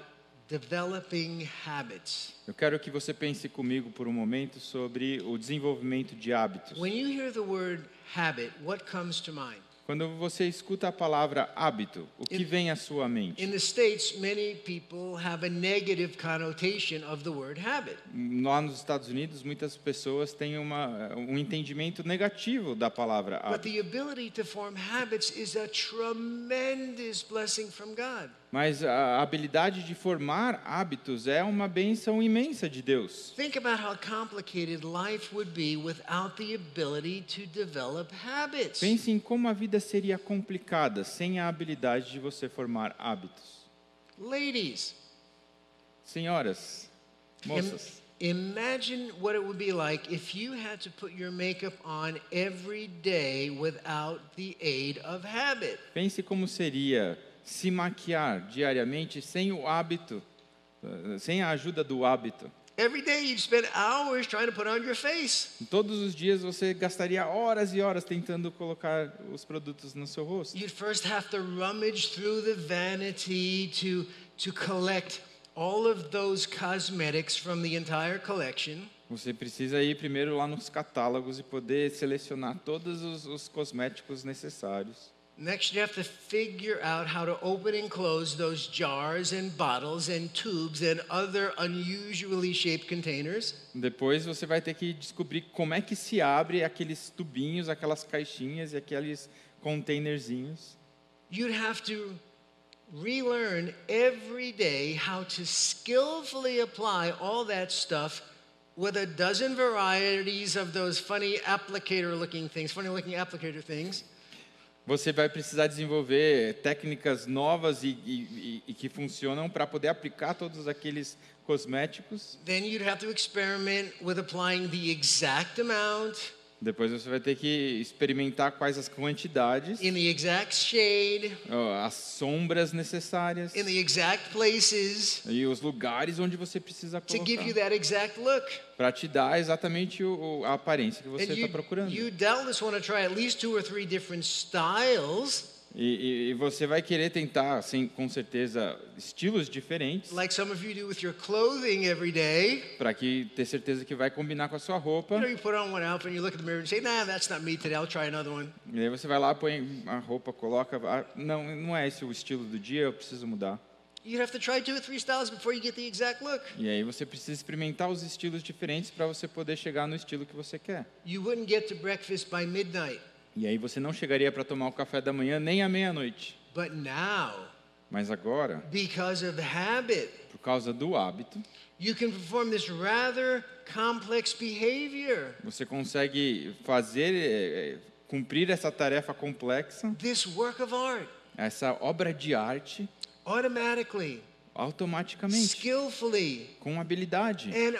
developing habits. Eu quero que você pense comigo por um momento sobre o desenvolvimento de hábitos. When you hear the word habit, what comes to mind? Quando você escuta a palavra hábito, o que In- vem à sua mente? In the States, many people have a negative connotation of the word habit. Lá nos Estados Unidos, muitas pessoas têm uma, um entendimento negativo da palavra But hábito. the ability to form habits is a tremendous blessing from God. Mas a habilidade de formar hábitos é uma benção imensa de Deus. Think about how complicated life would be without the ability to develop habits. Pense em como a vida seria complicada sem a habilidade de você formar hábitos. Ladies, Senhoras, im- moças, imagine what it would be like if you had to put your makeup on every day without the aid of habit. pense como seria se maquiar diariamente sem o hábito, eh, sem a ajuda do hábito. Every day you'd spend hours trying to put on your face. Todos os dias você gastaria horas e horas tentando colocar os produtos no seu rosto. You'd first have to rummage through the vanity to, to collect all of those cosmetics from the entire collection. Você precisa ir primeiro lá nos catálogos e poder selecionar todos os, os cosméticos necessários. Next, you have to figure out how to open and close those jars and bottles and tubes and other unusually shaped containers. Depois você vai ter que descobrir como é que se abre aqueles tubinhos, aquelas caixinhas e aqueles containerzinhos. You'd have to relearn every day how to skillfully apply all that stuff with a dozen varieties of those funny applicator looking things, funny looking applicator things. Você vai precisar desenvolver técnicas novas e, e- e- e que funcionam para poder aplicar todos aqueles cosméticos. Then you'd have to experiment with applying the exact amount Depois você vai ter que experimentar quais as quantidades, in the exact shade, ó, as sombras necessárias in the exact places e os lugares onde você precisa to give you colocar that exact look. para te dar exatamente o- o- a aparência que você And está you, procurando. you doubtless want to try at least two or three different styles, E, e- e você vai querer tentar, sem, com certeza, estilos diferentes like some of you do with your clothing every day. para que ter certeza que vai combinar com a sua roupa. You know, you put on one outfit and you look at the mirror and say, nah, that's not me today. I'll try another one. E aí você vai lá, põe a roupa, coloca. ah, não, não é esse o estilo do dia, eu preciso mudar. You'd have to try two or three styles before you get the exact look. E aí você precisa experimentar os estilos diferentes para você poder chegar no estilo que você quer. You wouldn't get to breakfast by midnight. E aí você não chegaria para tomar o café da manhã nem à meia-noite. But now, Mas agora, because of habit, por causa do hábito, you can perform this rather complex behavior. você consegue fazer, eh, eh, cumprir essa tarefa complexa, This work of art essa obra de arte, automatically, automaticamente, skillfully, com habilidade, and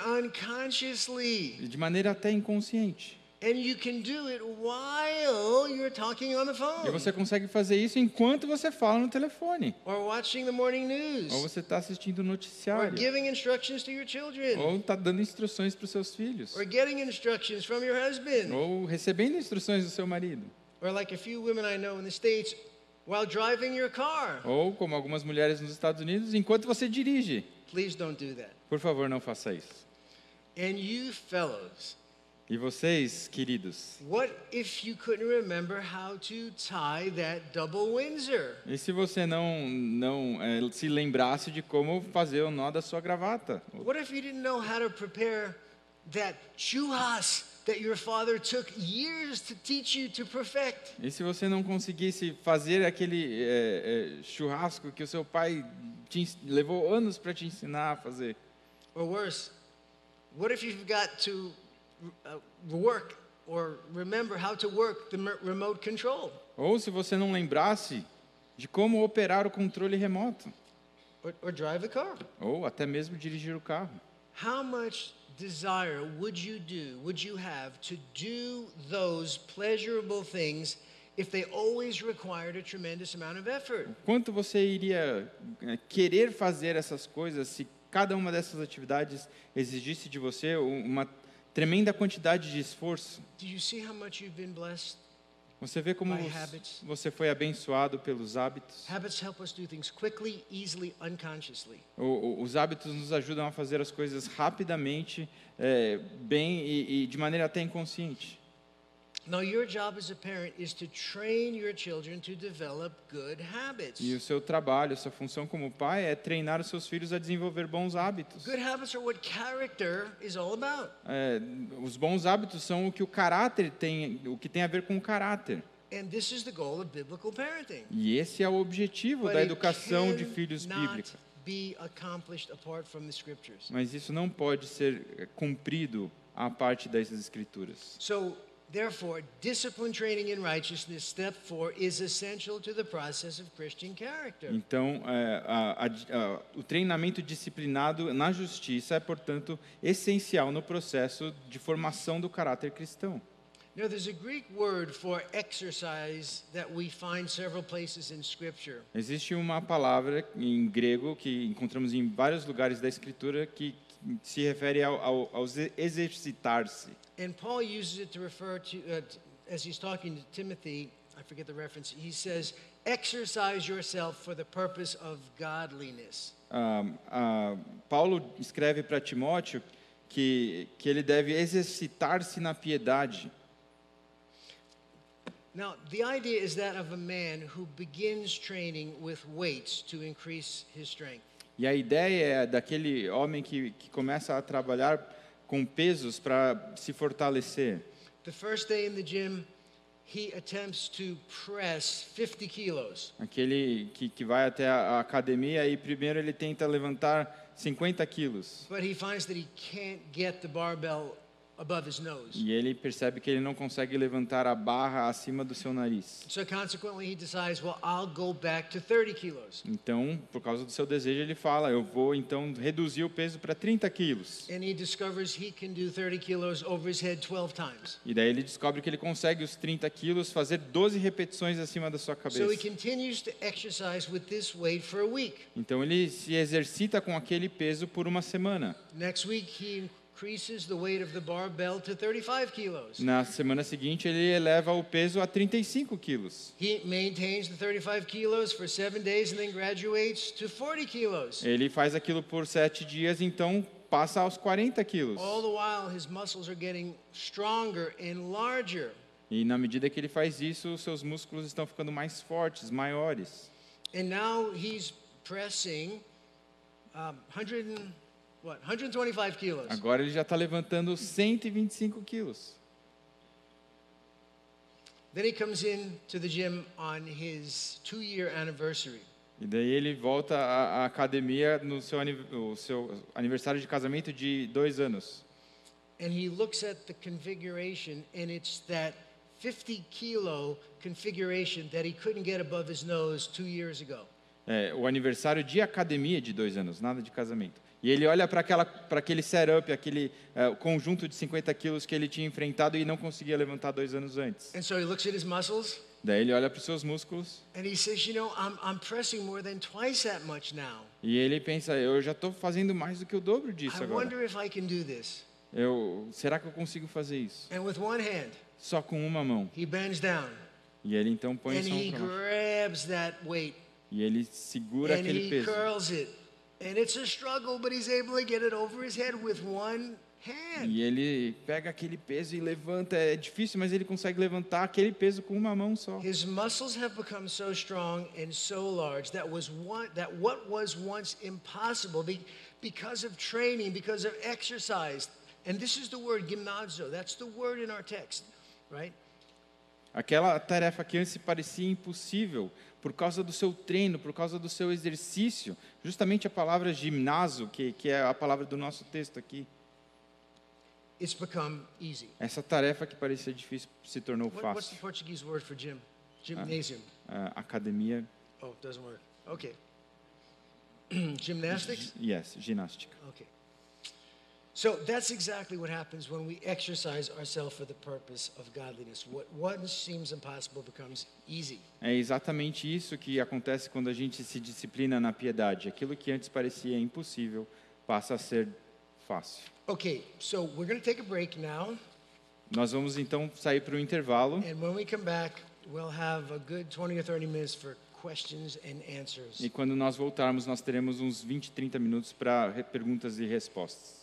unconsciously. e de maneira até inconsciente. And you can do it while you're talking on the E phone você consegue fazer isso enquanto você fala no telefone. or watching the morning Ou news você está assistindo o or noticiário. giving instructions to your children Ou está dando instruções para os seus filhos. or getting instructions from your husband. Ou recebendo instruções do seu marido. Or like a few women I know in the States, while driving your car. Ou, como algumas mulheres nos Estados Unidos, enquanto você dirige. Please don't do that. Por favor, não faça isso. And you fellows, E vocês, queridos, what if you couldn't remember how to tie that double Windsor? e se você não, não eh, se lembrasse de como fazer o nó da sua gravata? What if you didn't know how to prepare that chuhas that your father took years to teach you to perfect? E se você não conseguisse fazer aquele eh, eh, churrasco que o seu pai te ens- levou anos para te ensinar a fazer? Or worse, what if you've got to uh, work or remember how to work the mer- remote control? Ou se você não lembrasse de como operar o controle remoto, Or, or drive a car. ou até mesmo dirigir o carro. How much desire would you do, would you have to do those pleasurable things if they always required a tremendous amount of effort? Quanto você iria eh, querer fazer essas coisas se cada uma dessas atividades exigisse de você um- uma tremenda quantidade de esforço? Do you see how much you've been blessed? Você vê como My você- habits. você foi abençoado pelos hábitos. Habits help us do things quickly, easily, unconsciously. O- o- os hábitos nos ajudam a fazer as coisas rapidamente, eh, bem e, e de maneira até inconsciente. Now, your job as a parent is to train your children to develop good habits. E o seu trabalho, a sua função como pai é treinar os seus filhos a desenvolver bons hábitos. Good habits are what character is all about. É, os bons hábitos são o que o caráter tem, o que tem a ver com o caráter. And this is the goal of biblical parenting. E esse é o objetivo But da it educação de filhos cannot bíblica. Be accomplished apart from the scriptures. Mas isso não pode ser é, cumprido à parte das escrituras. So, therefore, discipline training in righteousness, step four, is essential to the process of Christian character. Então, é, a- a- a- o treinamento disciplinado na justiça é, portanto, essencial no processo de formação do caráter cristão. Now, there's a Greek word for exercise that we find several places in Scripture. Existe uma palavra em grego que encontramos em vários lugares da escritura que que se refere ao, ao, ao ze- exercitar-se. And Paul uses it to refer to, uh, t- as he's talking to Timothy, I forget the reference, he says, exercise yourself for the purpose of godliness. Ah, ah, Paulo escreve para Timóteo que, que ele deve exercitar-se na piedade. Now, the idea is that of a man who begins training with weights to increase his strength. E a ideia é daquele homem que, que começa a trabalhar com pesos para se fortalecer. The first day in the gym, he attempts to press 50 kilos. Aquele que, que vai até a a academia e primeiro ele tenta levantar 50 quilos. But he finds that he can't get the barbell above his nose. E ele percebe que ele não consegue levantar a barra acima do seu nariz. So consequently, he decides, well, I'll go back to 30 kilos. Então, por causa do seu desejo, ele fala: Eu vou então reduzir o peso para 30 quilos. And he discovers he can do 30 kilos over his head 12 times. E daí ele descobre que ele consegue os 30 quilos fazer 12 repetições acima da sua So he cabeça. continues to exercise with this weight for a week. Então ele se exercita com aquele peso por uma semana. Next week, he increases the weight of the barbell to 35 kilos. Na semana seguinte, ele eleva o peso a 35 quilos. He maintains the 35 kilos for seven days and then graduates to 40 kilos. Ele faz aquilo por 7 dias, então passa aos 40 quilos. All the while, his muscles are getting stronger and larger. E na medida que ele faz isso, os seus músculos estão ficando mais fortes, maiores. And now he's pressing um, 100 and, what 125 kilos. Agora ele já está levantando 125 quilos. Then he comes in to the gym on his two-year anniversary. E daí ele volta à à academia no seu, ani- o seu aniversário de casamento de dois anos. and he looks at the configuration, and it's that 50 kilo configuration that he couldn't get above his nose two years ago. É, o aniversário de academia de dois anos, nada de casamento. E ele olha para aquela- para aquele setup, aquele é, conjunto de 50 quilos que ele tinha enfrentado e não conseguia levantar dois anos antes. And so he looks at his muscles Daí ele olha para os seus músculos and he says, You know, I'm, I'm pressing more than twice that much now. e ele pensa: eu já estou fazendo mais do que o dobro disso I agora. wonder if I can do this. Eu, será que eu consigo fazer isso? And with one hand, Só com uma mão. he bends down E ele então põe and isso he grabs that weight e ele segura and aquele he peso. curls it. And it's a struggle, but he's able to get it over his head with one hand. E ele pega aquele peso e levanta. É difícil, mas ele consegue levantar aquele peso com uma mão só. His muscles have become so strong and so large that was one, that what was once impossible be, because of training, because of exercise. And this is the word gymnazo. That's the word in our text, right? Aquela tarefa que antes parecia impossível, por causa do seu treino, por causa do seu exercício. Justamente a palavra gimnaso, que, que é a palavra do nosso texto aqui. It's become easy. Essa tarefa que parecia difícil se tornou What, what's the fácil. Portuguese word for gym? Gymnasium. Ah, academia, Oh, it doesn't work. Okay. Gymnastics? yes, ginástica. Okay. So that's exactly what happens when we exercise ourselves for the purpose of godliness. What once seems impossible becomes easy. É exatamente isso que acontece quando a gente se disciplina na piedade. Aquilo que antes parecia impossível passa a ser fácil. Okay, so we're going to take a break now, Nós vamos então sair para o intervalo and when we come back, we'll have a good 20 or 30 minutes for questions and answers. e quando nós voltarmos nós teremos uns 20, 30 minutos para re- perguntas e respostas.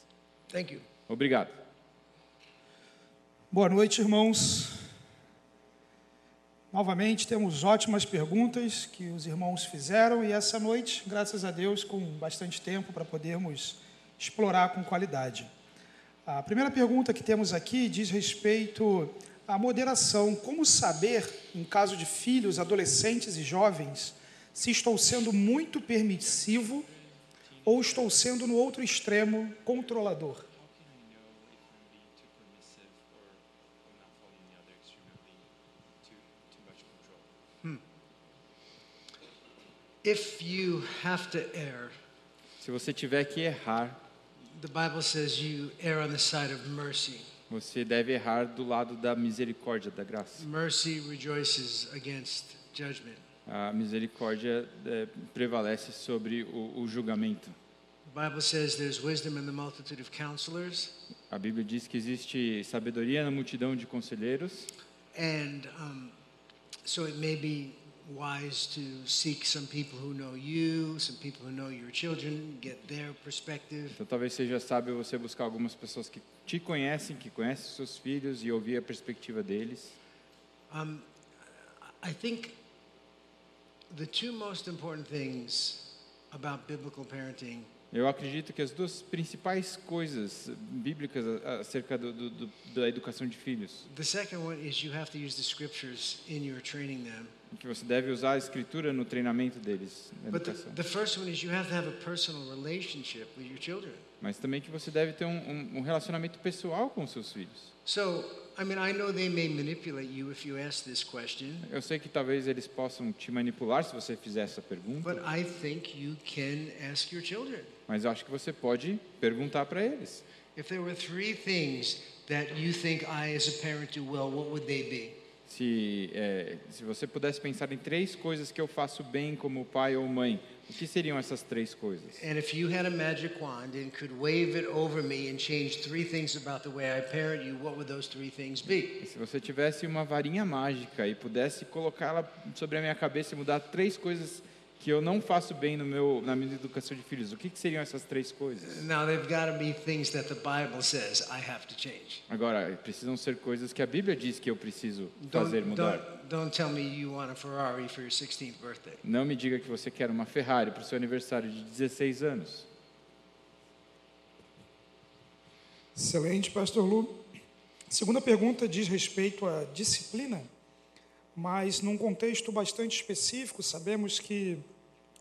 Thank you. Obrigado. Boa noite, irmãos. Novamente temos ótimas perguntas que os irmãos fizeram e essa noite, graças a Deus, com bastante tempo para podermos explorar com qualidade. A primeira pergunta que temos aqui diz respeito à moderação. Como saber, em caso de filhos, adolescentes e jovens, se estou sendo muito permissivo ou estou sendo, no outro extremo, controlador? If you have to err, Se você tiver que errar, the Bible says you err on the side of mercy. você deve errar do lado da misericórdia, da graça. Mercy rejoices against judgment. A misericórdia é, prevalece sobre o, o julgamento. The Bible says there's wisdom in the multitude of counselors, A Bíblia diz que existe sabedoria na multidão de conselheiros. and um, so it may be wise to seek some people who know you, some people who know your children, get their perspective. Então talvez seja sábio você buscar algumas pessoas que te conhecem, que conhecem seus filhos e ouvir a perspectiva deles. Um, I think the two most important things about biblical parenting Eu acredito que as duas principais coisas bíblicas a- acerca do, do, do, da educação de filhos, The second one is you have to use the scriptures in your training them. que você deve usar a escritura no treinamento deles, na But the, educação. the first one is you have to have a personal relationship with your children. Mas também que você deve ter um, um, um relacionamento pessoal com os seus filhos. So, I mean, I know they may manipulate you if you ask this question, Eu sei que talvez eles possam te manipular se você fizer essa but pergunta, I think you can ask your children. mas eu acho que você pode perguntar para eles. If there were three things that you think I, as a parent, do well, what would they be? Se, é, se você pudesse pensar em três coisas que eu faço bem como pai ou mãe, o que seriam essas três coisas? And if you had a magic wand and could wave it over me and change three things about the way I parent you, what would those three things be? E Se você tivesse uma varinha mágica e pudesse colocá-la sobre a minha cabeça e mudar três coisas que eu não faço bem no meu, na minha educação de filhos, o que, que seriam essas três coisas? Now, they've got to be things that the Bible says I have to change. Agora, precisam ser coisas que a Bíblia diz que eu preciso fazer Don't, mudar. don't, don't tell me you want a Ferrari for your 16th birthday. Não me diga que você quer uma Ferrari para o seu aniversário de 16 anos. Excelente, pastor Lu. Segunda pergunta diz respeito à disciplina, mas num contexto bastante específico, sabemos que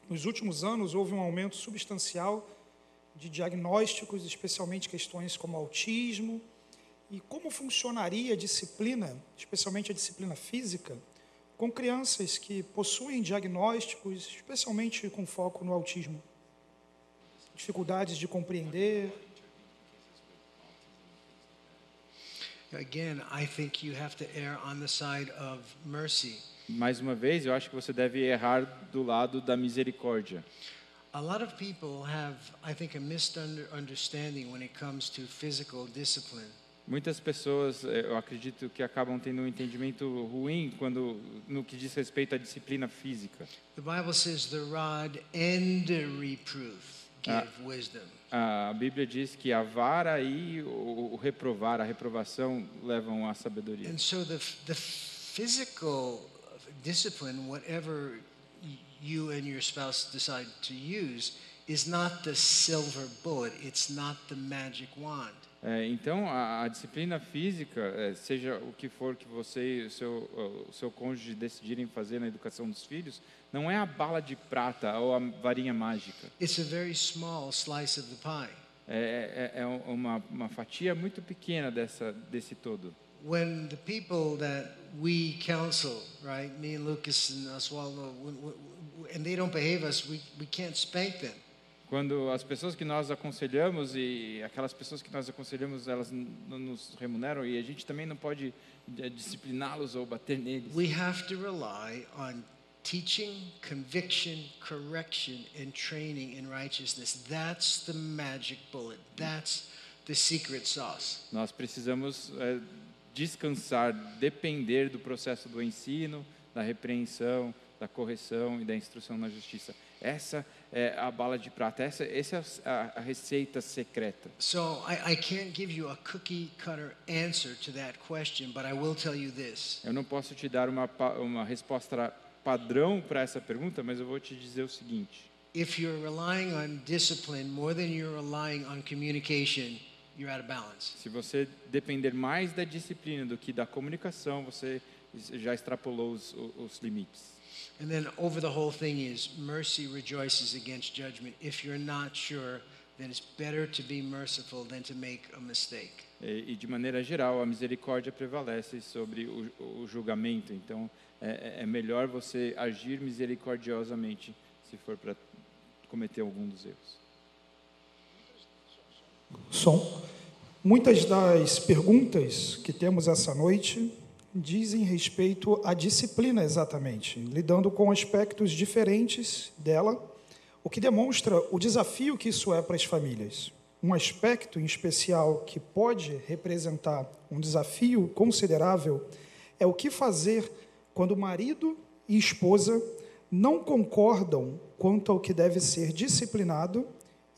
nos últimos anos houve um aumento substancial de diagnósticos, especialmente questões como autismo. E como funcionaria a disciplina, especialmente a disciplina física, com crianças que possuem diagnósticos, especialmente com foco no autismo? Dificuldades de compreender, Again, I think you have to err on the side of mercy. Mais uma vez, eu acho que você deve errar do lado da misericórdia. A lot of people have, I think, a misunderstanding when it comes to physical discipline. Muitas pessoas, eh, eu acredito que acabam tendo um entendimento ruim quando no que diz respeito à disciplina física. The Bible says the rod and the reproof give Ah. wisdom. A Bíblia diz que a vara e o, o reprovar, a reprovação levam à sabedoria. And so the, the physical discipline, whatever y- you and your spouse decide to use, is not the silver bullet, it's not the magic wand. É, então, a, a disciplina física, é, seja o que for que você e o seu, o seu cônjuge decidirem fazer na educação dos filhos, não é a bala de prata ou a varinha mágica. It's a very small slice of the pie. É, é, é uma, uma fatia muito pequena dessa, desse todo. When the people that we counsel, right, me and Lucas and Oswaldo, when, when, and they don't behave us, we, we can't spank them. Quando as pessoas que nós aconselhamos e aquelas pessoas que nós aconselhamos, elas n- não nos remuneram e a gente também não pode é, discipliná-los ou bater neles. We have to rely on teaching, conviction, correction, and training in righteousness. That's the magic bullet. That's the secret sauce. Nós precisamos é, descansar, depender do processo do ensino, da repreensão, da correção e da instrução na justiça. Essa é a bala de prata, essa, essa é a, a receita secreta. So I, I can't give you a cookie cutter answer to that question, but I will tell you this. Eu não posso te dar uma, pa- uma resposta padrão para essa pergunta, mas eu vou te dizer o seguinte: If you're relying on discipline more than you're relying on communication, you're out of balance. se você depender mais da disciplina do que da comunicação, você já extrapolou os, os limites. And then over the whole thing is mercy rejoices against judgment. If you're not sure, then it's better to be merciful than to make a mistake. E, e, de maneira geral, a misericórdia prevalece sobre o, o julgamento. Então, é, é- é melhor você agir misericordiosamente se for para cometer algum dos erros. som. Muitas das perguntas que temos essa noite dizem respeito à disciplina exatamente, lidando com aspectos diferentes dela, o que demonstra o desafio que isso é para as famílias. Um aspecto em especial que pode representar um desafio considerável é o que fazer quando marido e esposa não concordam quanto ao que deve ser disciplinado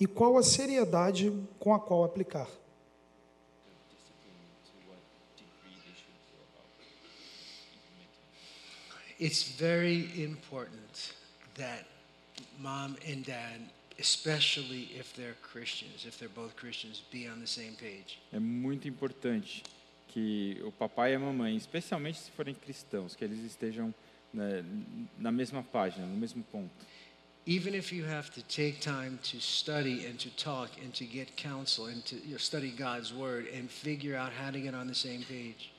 e qual a seriedade com a qual aplicar. It's very important that mom and dad, especially if they're Christians, if they're both Christians, be on the same page. É muito importante que o papai e a mamãe, especialmente se forem cristãos, que eles estejam né, na mesma página, no mesmo ponto. Even if you have to take time to study and to talk and to get counsel and to you know, study God's word and figure out how to get on the same page.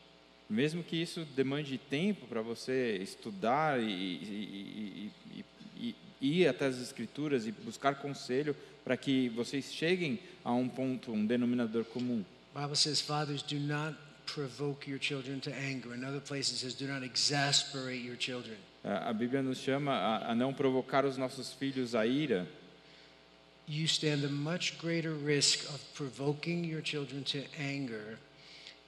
Mesmo que isso demande tempo para você estudar e, e- e- e- e ir até as escrituras e buscar conselho para que vocês cheguem a um ponto, um denominador comum. Bible says, fathers, do not provoke your children to anger. Another place it says, do not exasperate your children. A a Bíblia nos chama a, a não provocar os nossos filhos à ira. You stand a much greater risk of provoking your children to anger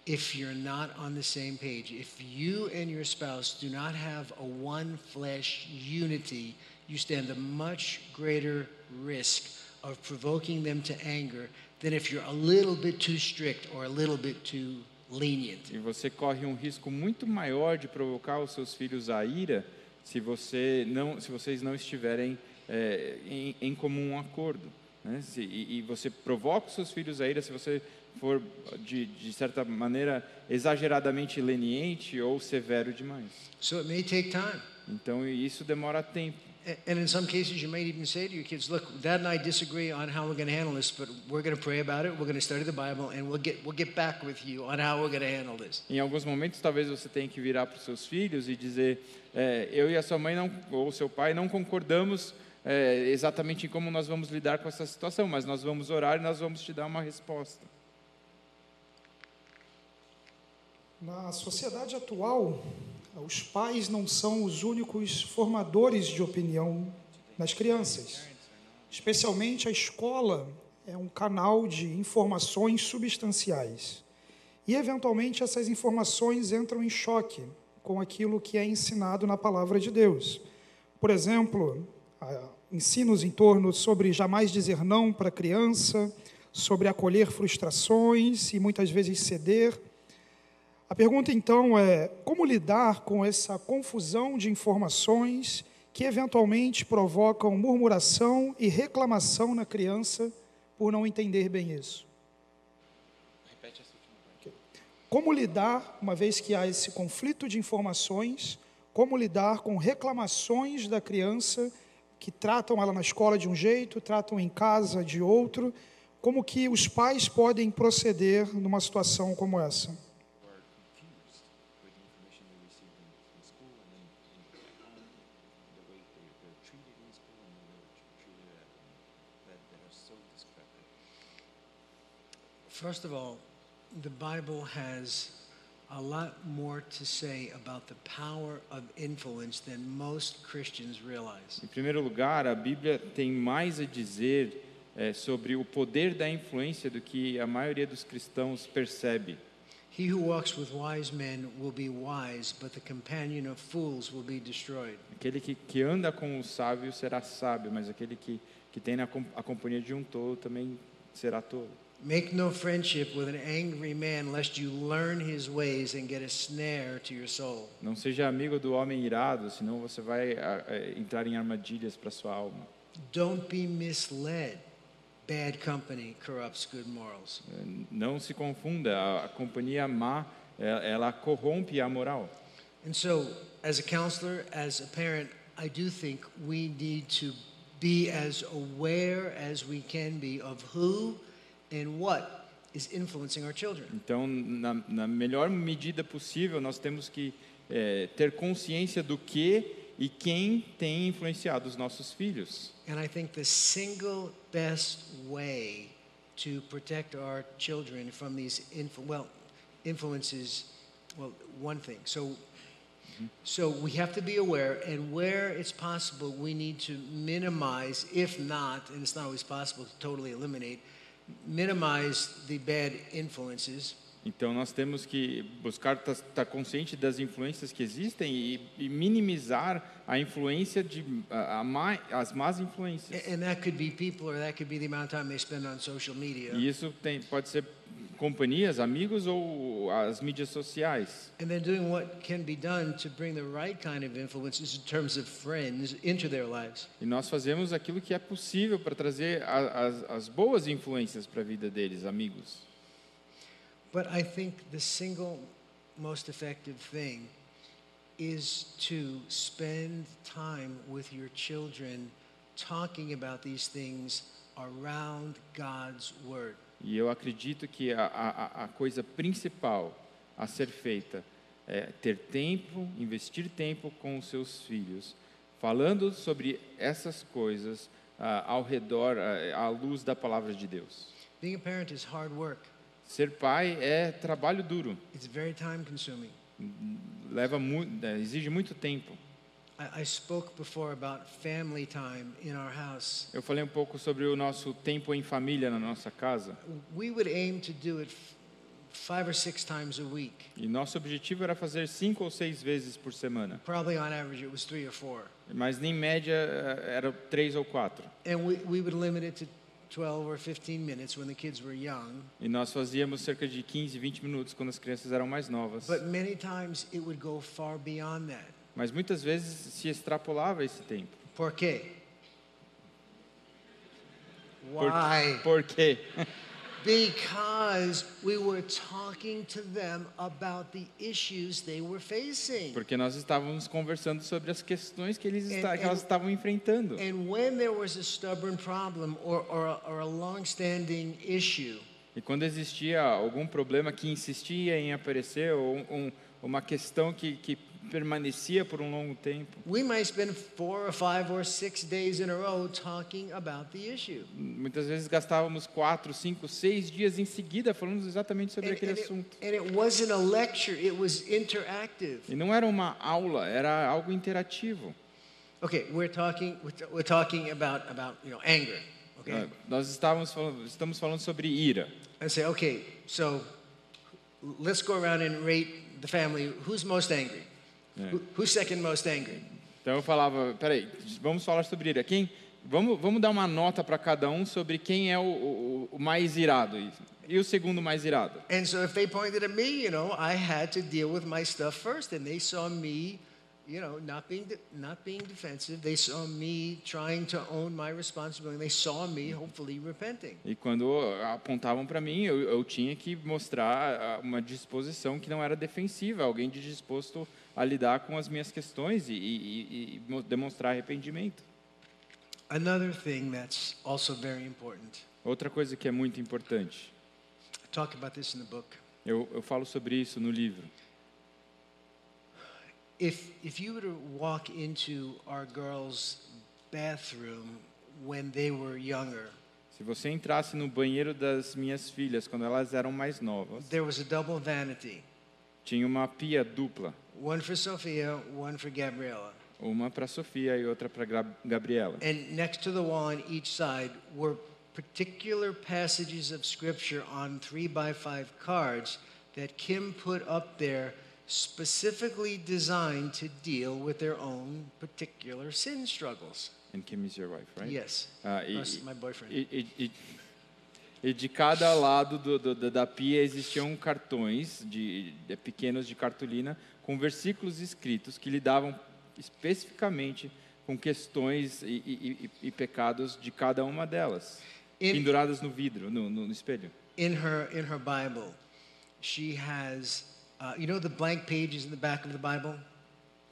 if you're not on the same page. If you and your spouse do not have a one flesh unity, you stand a much greater risk of provoking them to anger than if you're a little bit too strict or a little bit too lenient. E você corre um risco muito maior de provocar os seus filhos à ira se, você não, se vocês não estiverem eh, em, em comum acordo. Né? Se, e, e você provoca os seus filhos à ira se você for, de, de certa maneira, exageradamente leniente ou severo demais. So it may take time. Então, e isso demora tempo. A- And in some cases, you might even say to your kids, "Look, Dad and I disagree on how we're going to handle this, but we're going to pray about it. We're going to study the Bible, and we'll get we'll get back with you on how we're going to handle this." Em alguns momentos, talvez você tenha que virar para os seus filhos e dizer: eh, eu e a sua mãe não, ou seu pai não concordamos eh, exatamente em como nós vamos lidar com essa situação, mas nós vamos orar e nós vamos te dar uma resposta. Na sociedade atual, os pais não são os únicos formadores de opinião nas crianças. Especialmente a escola é um canal de informações substanciais. E, eventualmente, essas informações entram em choque com aquilo que é ensinado na palavra de Deus. Por exemplo, a- ensinos em torno sobre jamais dizer não para a criança, sobre acolher frustrações e muitas vezes ceder. A pergunta então é: como lidar com essa confusão de informações que eventualmente provocam murmuração e reclamação na criança por não entender bem isso? Ok. Como lidar, uma vez que há esse conflito de informações, como lidar com reclamações da criança que tratam ela na escola de um jeito, tratam em casa de outro? Como que os pais podem proceder numa situação como essa? First of all, the Bible has a lot more to say about the power of influence than most Christians realize. Em primeiro lugar, a Bíblia tem mais a dizer eh, sobre o poder da influência do que a maioria dos cristãos percebe. He who walks with wise men will be wise, but the companion of fools will be destroyed. Aquele que, que anda com o sábio será sábio, mas aquele que, que tem na, com- a companhia de um tolo também será tolo. Make no friendship with an angry man, lest you learn his ways and get a snare to your soul. Não seja amigo do homem irado, senão você vai a- a- entrar em armadilhas para sua alma. Don't be misled. Bad company corrupts good morals. Eh, Não se confunda, a- a companhia má, eh, ela corrompe a moral. And so, as a counselor, as a parent, I do think we need to be as aware as we can be of who and what is influencing our children. Então, na, na melhor medida possível, nós temos que eh, ter consciência do que e quem tem influenciado os nossos filhos. And I think the single best way to protect our children from these influ- well influences well one thing so so we have to be aware and where it's possible we need to minimize if not and it's not always possible to totally eliminate minimize the bad influences Então, nós temos que buscar estar consciente das influências que existem e, e minimizar a influência de a, a má, as más influências. A- and that could be people or that could be the amount of time they spend on social media E isso tem, pode ser companhias, amigos ou as mídias sociais. And then doing what can be done to bring the right kind of influences in terms of friends into their lives. E nós fazemos aquilo que é possível para trazer a, as, as boas influências para a vida deles, amigos. But I think the single most effective thing is to spend time with your children talking about these things around God's Word. E eu acredito que a, a, a coisa principal a ser feita é ter tempo, investir tempo com os seus filhos, falando sobre essas coisas ah, ao redor, ah, à luz da palavra de Deus. Being a parent is hard work, Ser pai é trabalho duro, it's very time consuming. leva muito, exige muito tempo. I, I spoke before about family time in our house. Eu falei um pouco sobre o nosso tempo em família na nossa casa. We would aim to do it f- five or six times a week. E nosso objetivo era fazer cinco ou seis vezes por semana, Probably on average, it was three or four. mas nem média eh, era três ou quatro. And we, we would limit it to 12 or 15 minutes when the kids were young. E nós fazíamos cerca de 15, 20 minutos quando as crianças eram mais novas. But many times it would go far beyond that. Mas muitas vezes se extrapolava esse tempo. Por quê? Por, Why? por quê? Because we were talking to them about the issues they were facing. Porque nós estávamos conversando sobre as questões que, eles And- esta, que elas and- estavam enfrentando. And when there was a stubborn problem or, or, a- or a long-standing issue, E quando existia algum problema que insistia em aparecer, ou um, uma questão que, que permanecia por um longo tempo, we might spend four or five or six days in a row talking about the issue. muitas vezes gastávamos quatro, cinco, seis dias em seguida falando exatamente sobre And, aquele and it, assunto. and it wasn't a lecture, it was interactive. E não era uma aula, era algo interativo. Okay, we're talking, we're, t- we're talking about, about, you know, anger, okay? Ah, Nós estávamos falando, estamos falando sobre ira. I say, okay, so let's go around and rate the family, who's most angry? Who, who's second most angry? Então eu falava, peraí, vamos falar sobre ira. Quem? Vamos, vamos dar uma nota para cada um sobre quem é o, o- o mais irado e, e o segundo mais irado. And so if they pointed at me, you know, I had to deal with my stuff first, and they saw me, you know, not being de- not being defensive. They saw me trying to own my responsibility. They saw me hopefully repenting. E quando apontavam para mim, eu, eu tinha que mostrar ah, uma disposição que não era defensiva, alguém de disposto a lidar com as minhas questões e, e- e- e mo- demonstrar arrependimento. Another thing that's also very important. Outra coisa que é muito importante, I talk about this in the book. eu, eu falo sobre isso no livro. If if you were to walk into our girls' bathroom when they were younger, Se você entrasse no banheiro das minhas filhas quando elas eram mais novas, there was a double vanity, tinha uma pia dupla. one for Sophia, one for Gabriella. Uma para Sofia e outra para Gabriela. And next to the wall on each side were particular passages of scripture on three by five cards that Kim put up there specifically designed to deal with their own particular sin struggles. And Kim is your wife, right? Yes. Ah, e, That's my boyfriend. e, e, e, e de cada lado do, do, da- da pia existiam cartões de, de pequenos de cartolina com versículos escritos que lidavam especificamente com questões e, e, e, e pecados de cada uma delas, Em- penduradas no vidro, no, no, no espelho. in her in her Bible, she has uh, you know the blank pages in the back of the Bible?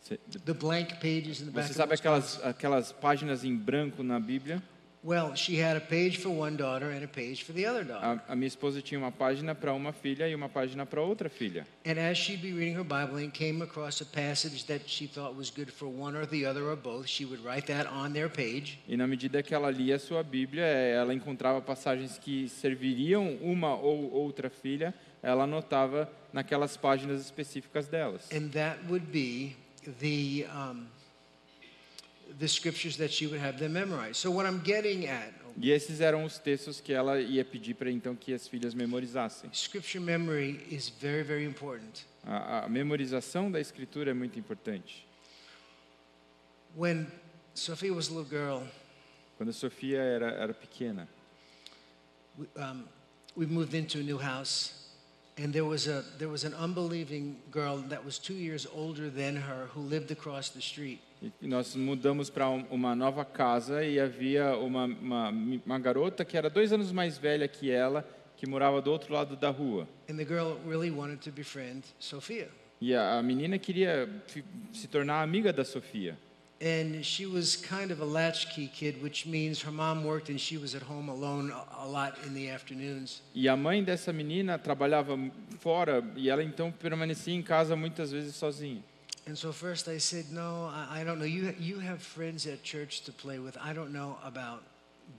Cê- The blank pages in the back Você of sabe the aquelas, aquelas páginas em branco na Bíblia? Well, she had a page for one daughter and a page for the other daughter. A, a minha esposa tinha uma página para uma filha e uma página para outra filha. And as she'd be reading her Bible and came across a passage that she thought was good for one or the other or both, she would write that on their page. E na medida que ela lia a sua Bíblia, eh, ela encontrava passagens que serviriam uma ou outra filha, ela anotava naquelas páginas específicas delas. And that would be the, um, the scriptures that she would have them memorize. So, what I'm getting at, E esses eram os textos que ela ia pedir para então que as filhas memorizassem. scripture memory is very, very important. A, a memorização da escritura é muito importante. When Sophia was a little girl, Quando a Sofia era, era pequena, we- um, we moved into a new house and there was a there was an unbelieving girl that was two years older than her who lived across the street E nós mudamos para um, uma nova casa e havia uma, uma, uma garota que era dois anos mais velha que ela, que morava do outro lado da rua. and the girl really wanted to befriend Sophia E a, a menina queria fi- se tornar amiga da Sofia. and she was kind of a latchkey kid which means her mom worked and she was at home alone a- a lot in the afternoons E a mãe dessa menina trabalhava fora e ela então permanecia em casa muitas vezes sozinha. and so first I said no I, I don't know you you have friends at church to play with I don't know about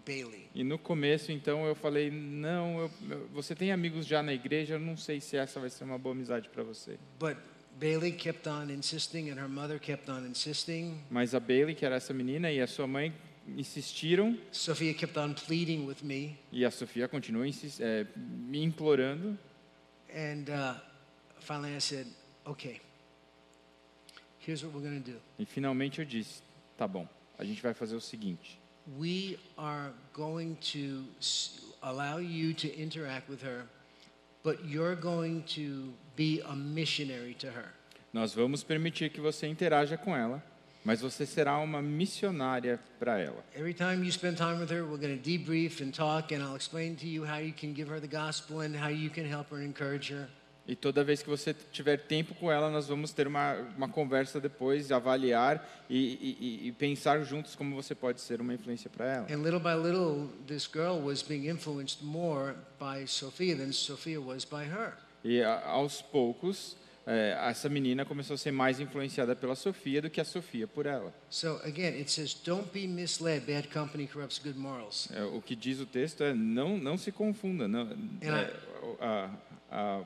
Bailey E no começo então eu falei: "Não, eu- eu- você tem amigos já na igreja, eu não sei se essa vai ser uma boa amizade para você". But Bailey kept on insisting, and her mother kept on insisting. Mas a Bailey, que era essa menina, e a sua mãe insistiram Sophia kept on pleading with me, e a Sofia continuou insis- eh, me implorando. and uh, finally I said, "Okay, here's what we're going to do. E finalmente eu disse: "Tá bom, a gente vai fazer o seguinte: We are going to s- allow you to interact with her, but you're going to be a missionary to her. Nós vamos permitir que você interaja com ela, mas você será uma missionária para ela. Every time you spend time with her, we're going to debrief and talk, and I'll explain to you how you can give her the gospel and how you can help her and encourage her." E toda vez que você tiver tempo com ela, nós vamos ter uma, uma conversa depois, avaliar e, e- e- e pensar juntos como você pode ser uma influência para ela. And little by little, this girl was being influenced more by Sophia than Sophia was by her. E a, aos poucos, eh, essa menina começou a ser mais influenciada pela Sofia do que a Sofia por ela. So again, it says, don't be misled. Bad company corrupts good morals. É, o que diz o texto é não não se confunda, não, é, a, a,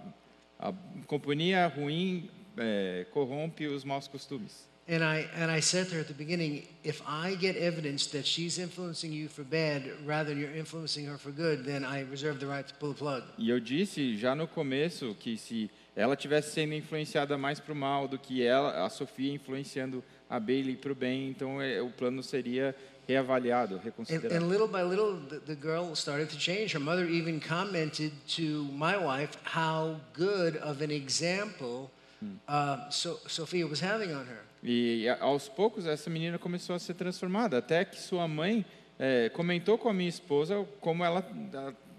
a companhia ruim eh, corrompe os maus costumes. And I, and I said to her at the beginning, if I get evidence that she's influencing you for bad rather than you're influencing her for good, then I reserve the right to pull the plug. E eu disse já no começo que se ela tivesse sendo influenciada mais para o mal do que ela, a Sofia influenciando a Bailey para o bem, então eh, o plano seria reavaliado, And, reconsiderado. and little by little, the, the girl started to change. Her mother even commented to my wife how good of an example uh, so, Sophia was having on her. E a- aos poucos essa menina começou a ser transformada, até que sua mãe eh, comentou com a minha esposa como ela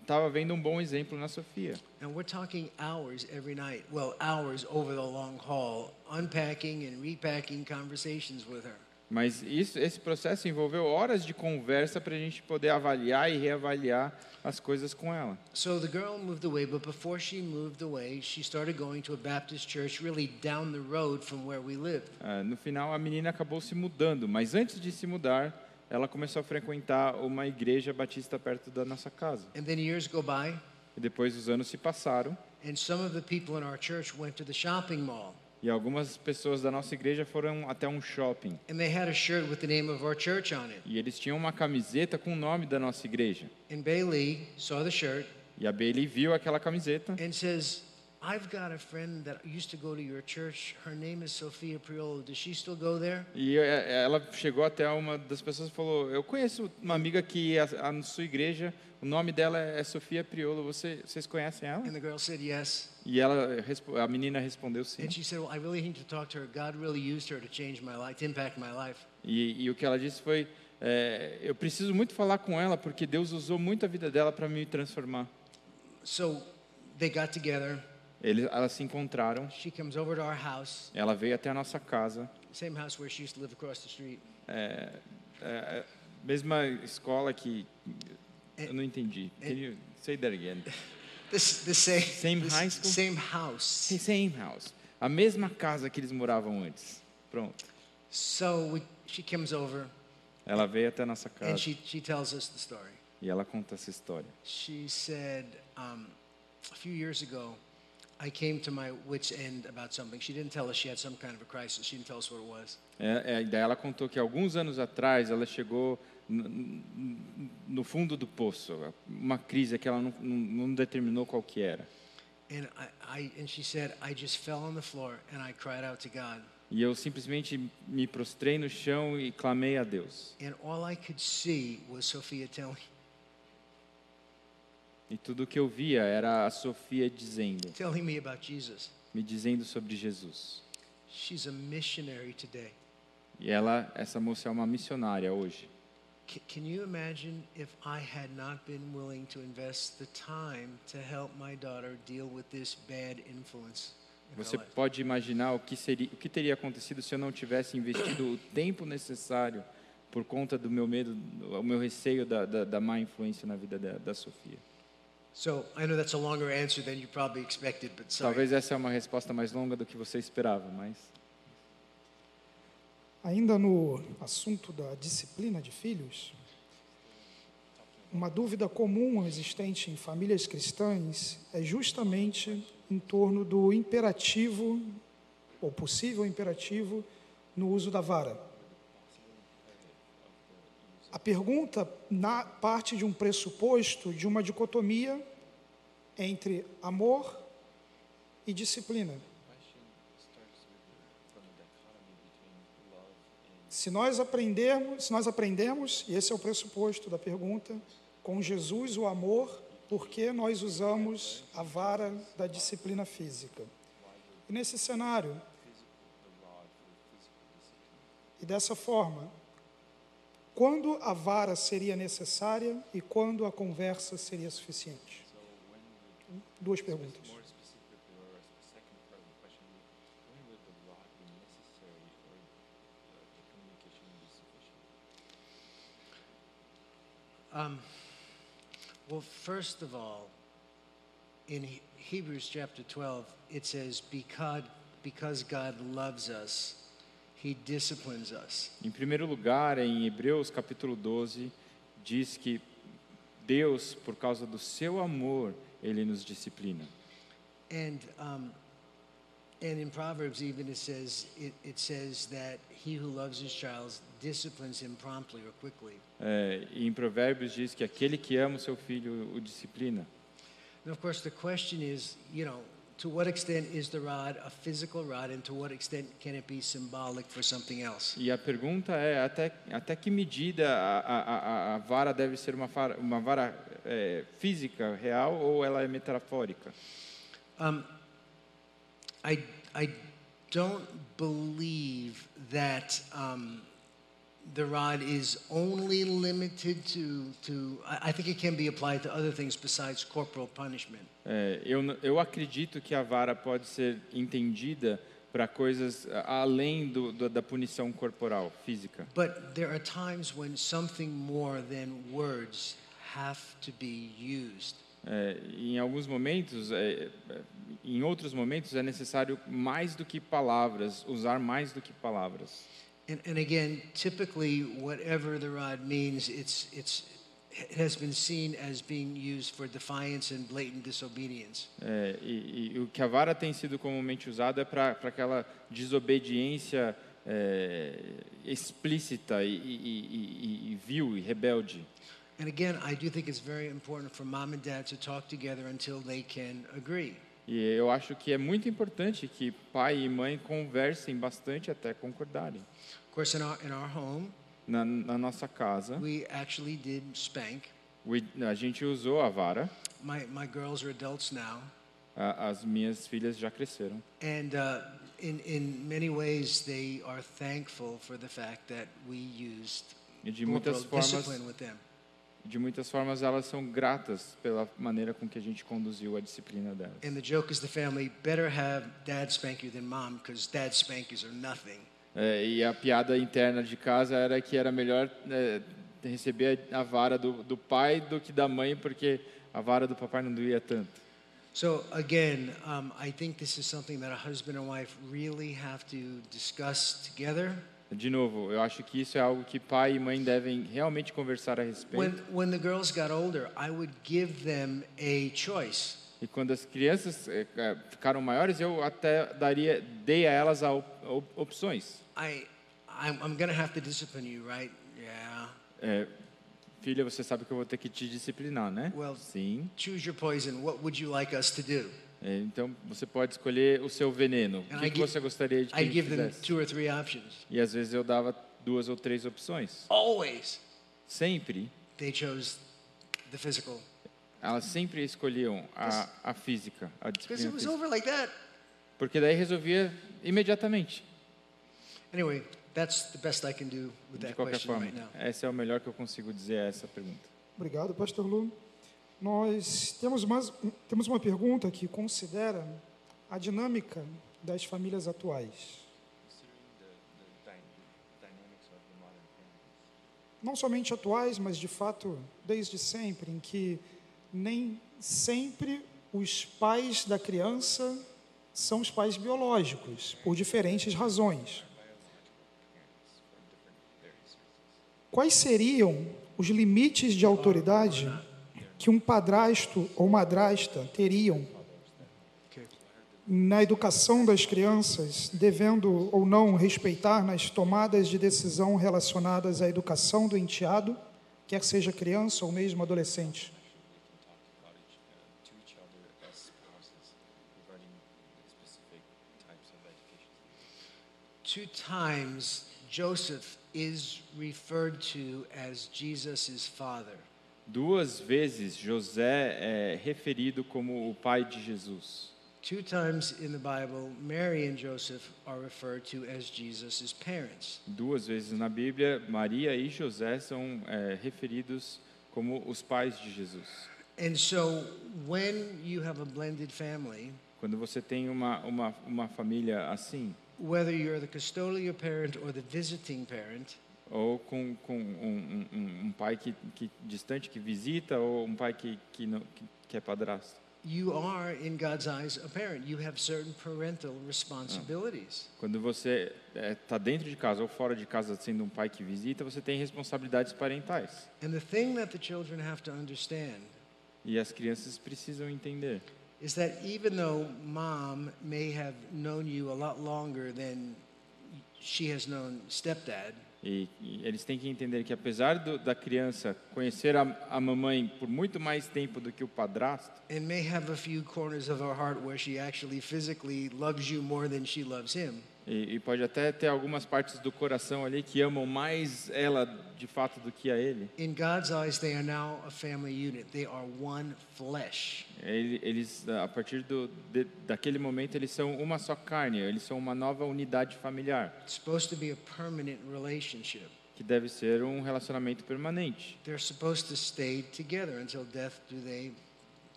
estava vendo um bom exemplo na Sofia. And we're talking hours every night. Well, hours over the long haul, unpacking and repacking conversations with her. Mas isso, esse processo envolveu horas de conversa para a gente poder avaliar e reavaliar as coisas com ela. So the girl moved away, but before she moved away, she started going to a Baptist church really down the road from where we lived. Ah, no final, a menina acabou se mudando, mas antes de se mudar, ela começou a frequentar uma igreja batista perto da nossa casa. And then years go by, E depois os anos se passaram and some of the people in our church went to the shopping mall. e algumas pessoas da nossa igreja foram até um shopping. And they had a shirt with the name of our church on it. E eles tinham uma camiseta com o nome da nossa igreja. And Bailey saw the shirt E a Bailey viu aquela camiseta and says, I've got a friend that used to go to your church. Her name is Sophia Priolo. Does she still go there? e eh, ela chegou até uma das pessoas e falou: Eu conheço uma amiga que é a- a sua igreja, o nome dela é Sofia Priolo, você, vocês conhecem ela? And the girl said, Yes. E ela, respo- a menina respondeu sim. And she said, Well, I really need to talk to her. God really used her to change my life, to impact my life. E, e o que ela disse foi: eh, Eu preciso muito falar com ela porque Deus usou muito a vida dela para me transformar. So they got together. Eles, elas se encontraram, She comes over to our house, ela veio até a nossa casa, same house where she used to live across the street. É, mesma escola que. Eu não entendi. Can you say that again? This, the same, Same this- high school? Same house. Same house. A mesma casa que eles moravam antes. Pronto. So we, she comes over Ela veio até a nossa and casa she, she tells us the story. e ela conta essa história. She said, um, a few years ago, I came to my wit's end about something. She didn't tell us she had some kind of a crisis. She didn't tell us what it was. É, é, daí ela contou que alguns anos atrás ela chegou n- n- no fundo do poço, uma crise que ela não, não- não determinou qual que era. And, I, I, and she said, I just fell on the floor and I cried out to God. E eu simplesmente me prostrei no chão e clamei a Deus. And all I could see was Sophia telling, E tudo o que eu via era a Sofia dizendo, telling me about Jesus. me dizendo sobre Jesus. She's a missionary today. E ela, essa moça é uma missionária hoje. C- can you imagine if I had not been willing to invest the time to help my daughter deal with this bad influence? in her Você life? pode imaginar o que, seria, o que teria acontecido se eu não tivesse investido o tempo necessário por conta do meu medo, o meu receio da, da, da má influência na vida da, da Sofia. So I know that's a longer answer than you probably expected, but sorry. Talvez essa é uma resposta mais longa do que você esperava, mas Ainda no assunto da disciplina de filhos, uma dúvida comum existente em famílias cristãs é justamente em torno do imperativo, ou possível imperativo, no uso da vara. A pergunta na parte de um pressuposto de uma dicotomia entre amor e disciplina. Se nós aprendermos, se nós aprendemos, e esse é o pressuposto da pergunta, com Jesus o amor, por que nós usamos a vara da disciplina física? E nesse cenário, e dessa forma, quando a vara seria necessária e quando a conversa seria suficiente? Duas perguntas. Um, well, first of all, in He- Hebrews chapter 12, it says, because, because God loves us, he disciplines us. Em primeiro lugar, em Hebreus capítulo 12, diz que Deus, por causa do seu amor, ele nos disciplina. And, um, and in Proverbs, even it says, it, it says that he who loves his child disciplines him promptly or quickly. É, e em Provérbios diz que aquele que ama o seu filho o disciplina. And of course, the question is, you know, to what extent is the rod a physical rod and to what extent can it be symbolic for something else? E a pergunta é até, até que medida a, a- a, a vara deve ser uma vara, uma vara é, física, real, ou ela é metafórica? Um, I, I don't believe that um, the rod is only limited to, to I, I think it can be applied to other things besides corporal punishment. É, eu, n- eu acredito que a vara pode ser entendida para coisas a- além do, do, da punição corporal, física. But there are times when something more than words have to be used. É, em alguns momentos, é, é, em outros momentos, é necessário mais do que palavras, usar mais do que palavras. And, and again, typically, whatever the rod means, it's, it's, it has been seen as being used for defiance and blatant disobedience. É, e, e o que a vara tem sido comumente usada é para aquela desobediência é, explícita e, e, e, e vil e rebelde. And again, I do think it's very important for mom and dad to talk together until they can agree. E eu acho que é muito importante que pai e mãe conversem bastante até concordarem. Of course, in our, in our home, Na, na nossa casa, we actually did spank. o- a gente usou a vara. My, my girls are adults now. A, as minhas filhas já cresceram. And uh, in, in many ways, they are thankful for the fact that we used E de muitas corporal formas, discipline with them. de muitas formas elas são gratas pela maneira com que a gente conduziu a disciplina delas. And the joke is the family better have dad spank you than mom because dad spankers are nothing. É, e a piada interna de casa era que era melhor né, receber a vara do, do pai do que da mãe, porque a vara do papai não doía tanto. So again, um, I think this is something that a husband and wife really have to discuss together. De novo, eu acho que isso é algo que pai e mãe devem realmente conversar a respeito. When when the girls got older, I would give them a choice. E quando as crianças é, é, ficaram maiores, eu até daria, dei a elas a op- op- opções. I I'm, I'm gonna have to discipline you, right? Yeah. É, filha, você sabe que eu vou ter que te disciplinar, né? Well- Sim. Choose your poison. What would you like us to do? É, então, você pode escolher o seu veneno. And O que, I que give- você gostaria de que I eu give them fizesse? two or three options. E às vezes eu dava duas ou três opções. Always, Sempre they chose the physical Elas sempre escolhiam a, a física, a because disciplina it was física. over like that. Porque daí resolvia imediatamente, Anyway, that's the best I can do with de that qualquer question forma. right now. Essa é o melhor que eu consigo dizer a essa pergunta. Obrigado, pastor Lu. Nós temos, mais, um, temos uma pergunta que considera a dinâmica das famílias atuais. Não somente atuais, mas de fato desde sempre, em que nem sempre os pais da criança são os pais biológicos, por diferentes razões. Quais seriam os limites de autoridade que um padrasto ou madrasta teriam Okay. na educação das crianças, devendo ou não respeitar nas tomadas de decisão relacionadas à educação do enteado, quer seja criança ou mesmo adolescente? Two times Joseph is referred to as Jesus' father. Duas vezes José é referido como o pai de Jesus. Two times in the Bible, Mary and Joseph are referred to as Jesus' parents. Duas vezes na Bíblia, Maria e José são é, referidos como os pais de Jesus. And so when you have a blended family, Quando você tem uma, uma, uma família assim, whether you're the custodial parent or the visiting parent, ou com, com um, um- um, um pai que, que distante, que visita, ou um pai que, que, não, que, que é padrasto, you are, in God's eyes, a parent. You have certain parental responsibilities. quando você está dentro de casa ou fora de casa sendo um pai que visita, você tem responsabilidades parentais. And the thing that the children have to understand E as crianças precisam entender is that even though mom may have known you a lot longer than she has known stepdad, E, e eles têm que entender que, apesar do, da criança conhecer a, a mamãe por muito mais tempo do que o padrasto, and may have a few corners of her heart where she actually physically loves you more than she loves him, e, e pode até ter algumas partes do coração ali que amam mais ela de fato do que a ele, in God's eyes, they are now a family unit. They are one flesh. ele eles, a partir do, de, daquele momento, eles são uma só carne, eles são uma nova unidade familiar, It's supposed to be a permanent relationship. que deve ser um relacionamento permanente. They're supposed to stay together until death do they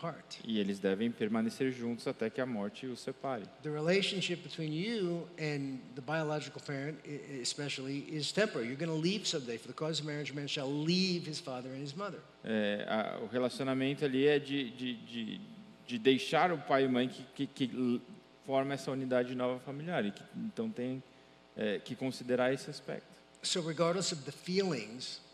part. E eles devem permanecer juntos até que a morte os separe. The relationship between you and the biological parent, e- e- especially, is temporary. You're going to leave someday. For the cause of marriage, a man shall leave his father and his mother. É, a- o relacionamento ali é de, de, de, de deixar o pai e mãe que, que, que l- forma essa unidade nova familiar. E que, então tem é, que considerar esse aspecto. So, regardless of the feelings,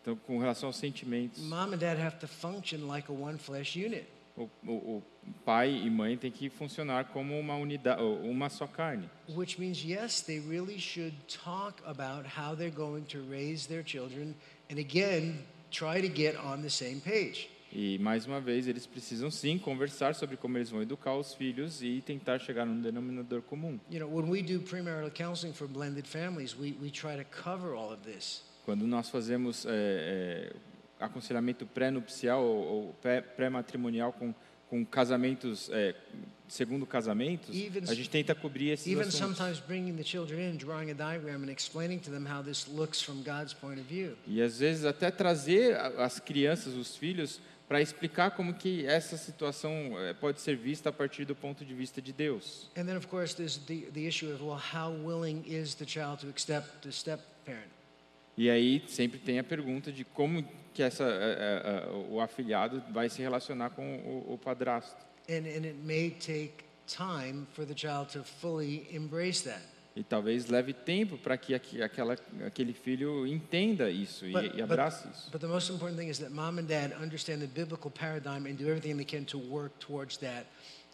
Então, com relação aos sentimentos, mom and dad have to function like a one flesh unit. o, o, o pai e mãe têm que funcionar como uma unidade, uma só carne. Which means, yes, they really should talk about how they're going to raise their children and again, try to get on the same page. E mais uma vez, eles precisam sim conversar sobre como eles vão educar os filhos e tentar chegar num denominador comum. You know, when we do premarital counseling for blended families, we, we try to cover all of this. Quando nós fazemos é, é, aconselhamento pré-nupcial ou, ou pré- pré-matrimonial com, com casamentos, é, segundo casamentos, Even- a gente tenta cobrir esses Even assuntos. sometimes bringing the children in, drawing a diagram, and explaining to them how this looks from God's point of view. E às vezes até trazer a- as crianças, os filhos, para explicar como que essa situação é, pode ser vista a partir do ponto de vista de Deus. And then, of course, there's the, the issue of well, how willing is the child to accept the step parent? E aí sempre tem a pergunta de como que essa, é, é, é, o afilhado vai se relacionar com o, o padrasto. And, and it may take time for the child to fully embrace that. E talvez leve tempo para que aqui- aquela, aquele filho entenda isso e, But- e abrace isso. But the most important thing is that mom and dad understand the biblical paradigm and do everything they can to work towards that,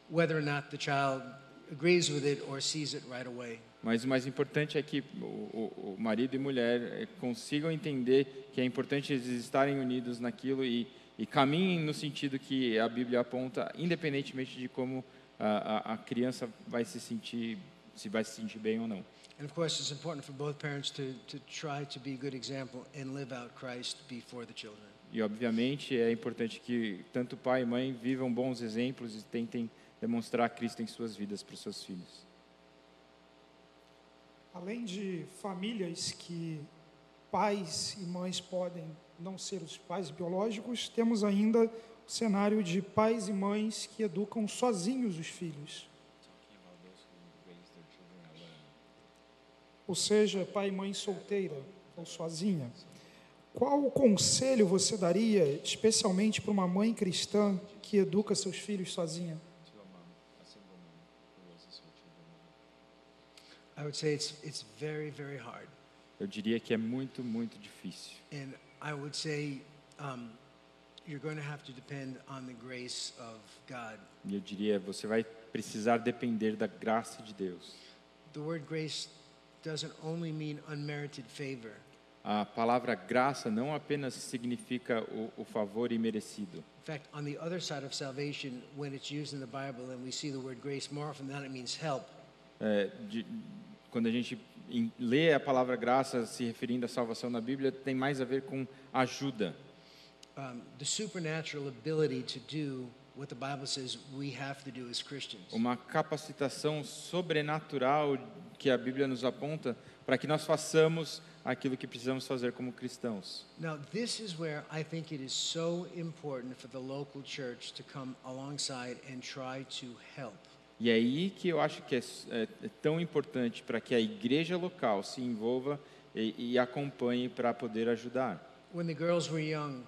whether or not the child agrees with it or sees it right away. Mas o mais importante é que o, o- o marido e mulher eh, consigam entender que é importante eles estarem unidos naquilo e, e caminhem no sentido que a Bíblia aponta, independentemente de como a, a, a criança vai se sentir, se vai se sentir bem ou não. And of course, it's important for both parents to, to try to be a good example and live out Christ before the children. E, obviamente, é importante que tanto pai e mãe vivam bons exemplos e tentem demonstrar Cristo em suas vidas para os seus filhos. Além de famílias que pais e mães podem não ser os pais biológicos, temos ainda o cenário de pais e mães que educam sozinhos os filhos. Ou seja, pai e mãe solteira ou sozinha. Qual o conselho você daria, especialmente para uma mãe cristã que educa seus filhos sozinha? I would say it's, it's very, very hard. Eu diria que é muito, muito difícil. And I would say um, you're going to have to depend on the grace of God. E eu diria, você vai precisar depender da graça de Deus. The word grace doesn't only mean unmerited favor, A palavra graça não apenas significa o, o favor imerecido. In fact, on the other side of salvation, when it's used in the Bible and we see the word grace more often than not, it means help. É, de, quando a gente em- lê a palavra graça se referindo à salvação na Bíblia, tem mais a ver com ajuda. Um, the supernatural ability to do what the Bible says we have to do as Christians. Uma capacitação sobrenatural que a Bíblia nos aponta para que nós façamos aquilo que precisamos fazer como cristãos. Now, this is where I think it is so important for the local church to come alongside and try to help. E é aí que eu acho que é, s- é- é tão importante para que a igreja local se envolva e, e acompanhe para poder ajudar. When the girls were young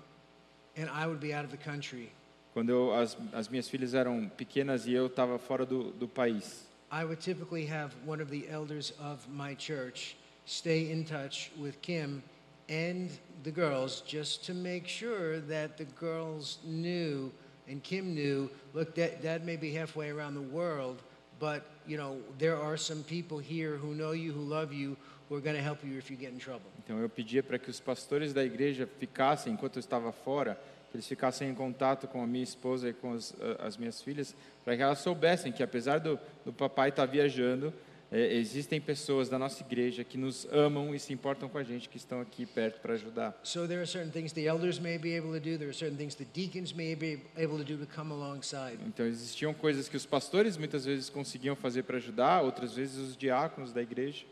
and I would be out of the country, Quando eu, as, as minhas filhas eram pequenas e eu estava fora do, do país, I would typically have one of the elders of my church stay in touch with Kim and the girls just to make sure that the girls knew and Kim knew look, that, that may be halfway around the world, but you know, there are some people here who know you, who love you, who are going to help you if you get in trouble. então eu pedia para que os pastores da igreja ficassem, enquanto eu estava fora, que eles ficassem em contato com a minha esposa e com as, a- as minhas filhas, para que elas soubessem que, apesar do, do papai estar viajando, eh, existem pessoas da nossa igreja que nos amam e se importam com a gente, que estão aqui perto para ajudar. So there are certain things the elders may be able to do, there are certain things the deacons may be able to do to come alongside. Então existiam coisas que os pastores muitas vezes conseguiam fazer para ajudar, outras vezes os diáconos da igreja.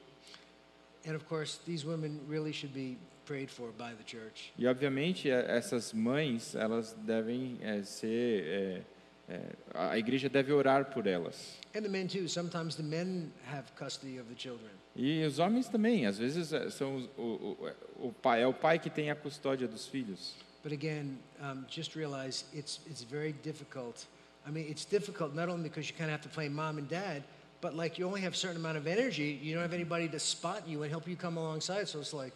And of course, these women really should be prayed for by the church. E obviamente eh, essas mães, elas devem eh, ser eh, eh, a igreja deve orar por elas. And the men too. Sometimes the men have custody of the children. E os homens também, às vezes eh, são os- o, o, eh, o pai é o pai que tem a custódia dos filhos. But again, um, just realize it's it's very difficult. I mean, it's difficult not only because you kind of have to play mom and dad, but like you only have a certain amount of energy. You don't have anybody to spot you and help you come alongside. So it's like,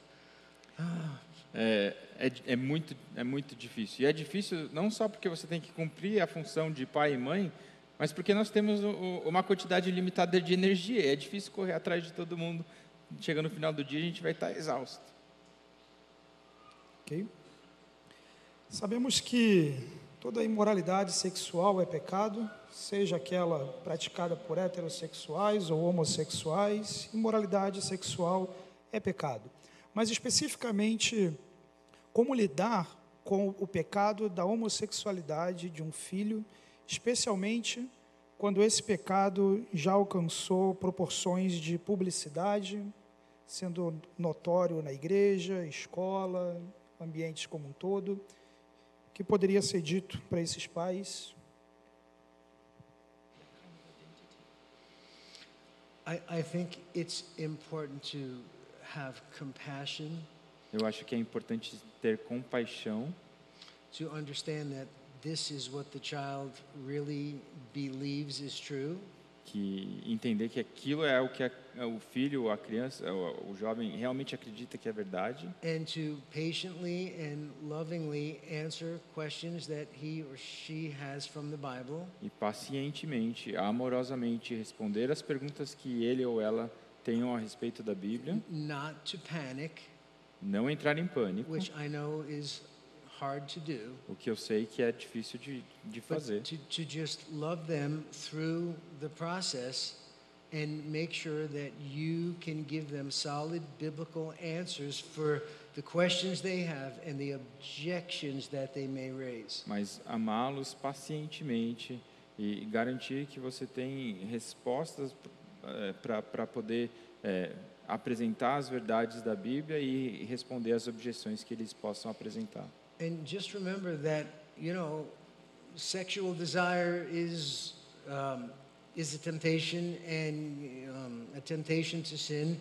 É, é, di- é muito é muito difícil. E é difícil não só porque você tem que cumprir a função de pai e mãe, mas porque nós temos o- o- uma quantidade limitada de energia. É difícil correr atrás de todo mundo. Chegando no final do dia, a gente vai estar exausto. Ok? Sabemos que toda imoralidade sexual é pecado, seja aquela praticada por heterossexuais ou homossexuais, imoralidade sexual é pecado. Mas especificamente, como lidar com o pecado da homossexualidade de um filho, especialmente quando esse pecado já alcançou proporções de publicidade, sendo notório na igreja, escola, ambientes como um todo. O que poderia ser dito para esses pais? I, I think it's important to have compassion Eu acho que é importante ter compaixão to understand that this is what the child really believes is true. que entender que aquilo é o que a, o filho, a criança, é o, o jovem realmente acredita que é verdade and to patiently and lovingly answer questions that he or she has from the Bible, e pacientemente, amorosamente responder as perguntas que ele ou ela tenham a respeito da Bíblia. not to panic, não entrar em pânico, which I know is hard to do, o que eu sei que é difícil de, de but fazer, to, to just love them through the process and make sure that you can give them solid biblical answers for the questions they have, and the objections that they may raise. mas amá-los pacientemente e garantir que você tem respostas para poder eh, apresentar as verdades da Bíblia e responder às objeções que eles possam apresentar. And just remember that, you know, sexual desire is, um, is a temptation and um, a temptation to sin,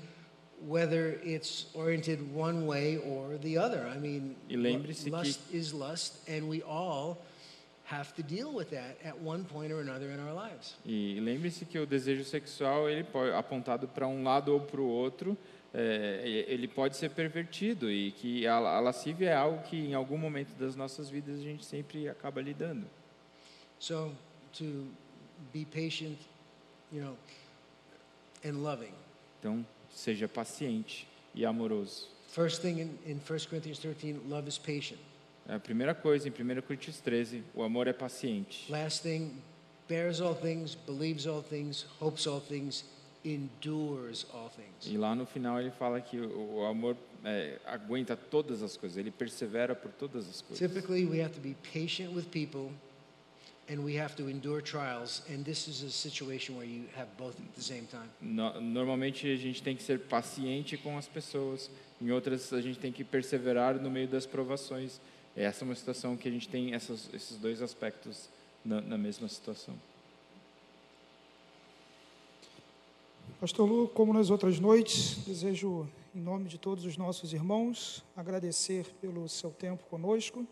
whether it's oriented one way or the other. I mean, E lembre-se lust is lust, and we all have to deal with that at one point or another in our lives. E lembre-se que o desejo sexual, ele pode, apontado para um lado ou para o outro, eh, e- ele pode ser pervertido e que a, a lascívia é algo que em algum momento das nossas vidas a gente sempre acaba lidando. So to be patient, you know, and loving. Então, seja paciente e amoroso. First thing in, in 1 Corinthians 13, love is patient. É A primeira coisa, em 1 Coríntios 13, o amor é paciente. Last thing, bears all things, believes all things, hopes all things, endures all things. E lá no final ele fala que o o amor é, aguenta todas as coisas, ele persevera por todas as coisas. Typically, we have to be patient with people and we have to endure trials. And this is a situation where you have both at the same time. No, normalmente a gente tem que ser paciente com as pessoas, em outras a gente tem que perseverar no meio das provações. Essa é uma situação que a gente tem essas, esses dois aspectos na, na mesma situação. Pastor Lu, como nas outras noites, desejo, em nome de todos os nossos irmãos, agradecer pelo seu tempo conosco.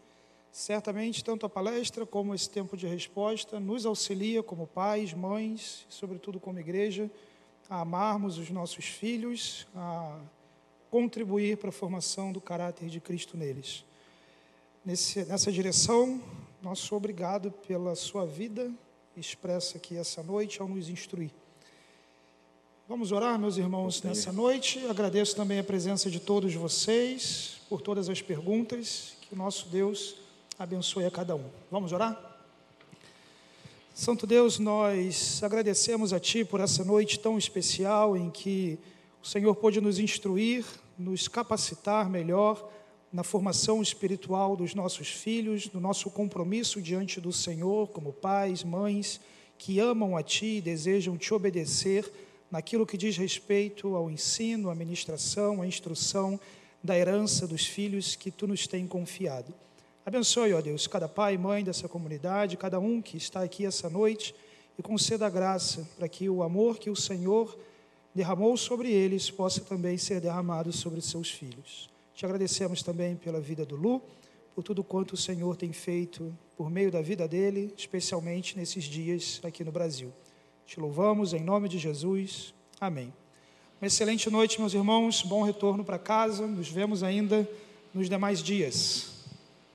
Certamente, tanto a palestra como esse tempo de resposta nos auxilia, como pais, mães, sobretudo como igreja, a amarmos os nossos filhos, a contribuir para a formação do caráter de Cristo neles. Nesse- nessa direção, nosso obrigado pela sua vida expressa aqui essa noite ao nos instruir. Vamos orar, meus irmãos, nessa noite. Agradeço também a presença de todos vocês, por todas as perguntas. Que o nosso Deus abençoe a cada um. Vamos orar? Santo Deus, nós agradecemos a Ti por essa noite tão especial em que o Senhor pôde nos instruir, nos capacitar melhor na formação espiritual dos nossos filhos, no nosso compromisso diante do Senhor, como pais, mães que amam a Ti e desejam Te obedecer naquilo que diz respeito ao ensino, à ministração, à instrução da herança dos filhos que Tu nos tem confiado. Abençoe, ó Deus, cada pai e mãe dessa comunidade, cada um que está aqui essa noite e conceda a graça para que o amor que o Senhor derramou sobre eles possa também ser derramado sobre seus filhos. Te agradecemos também pela vida do Lu, por tudo quanto o Senhor tem feito por meio da vida dele, especialmente nesses dias aqui no Brasil. Te louvamos em nome de Jesus. Amém. Uma excelente noite, meus irmãos. Bom retorno para casa. Nos vemos ainda nos demais dias.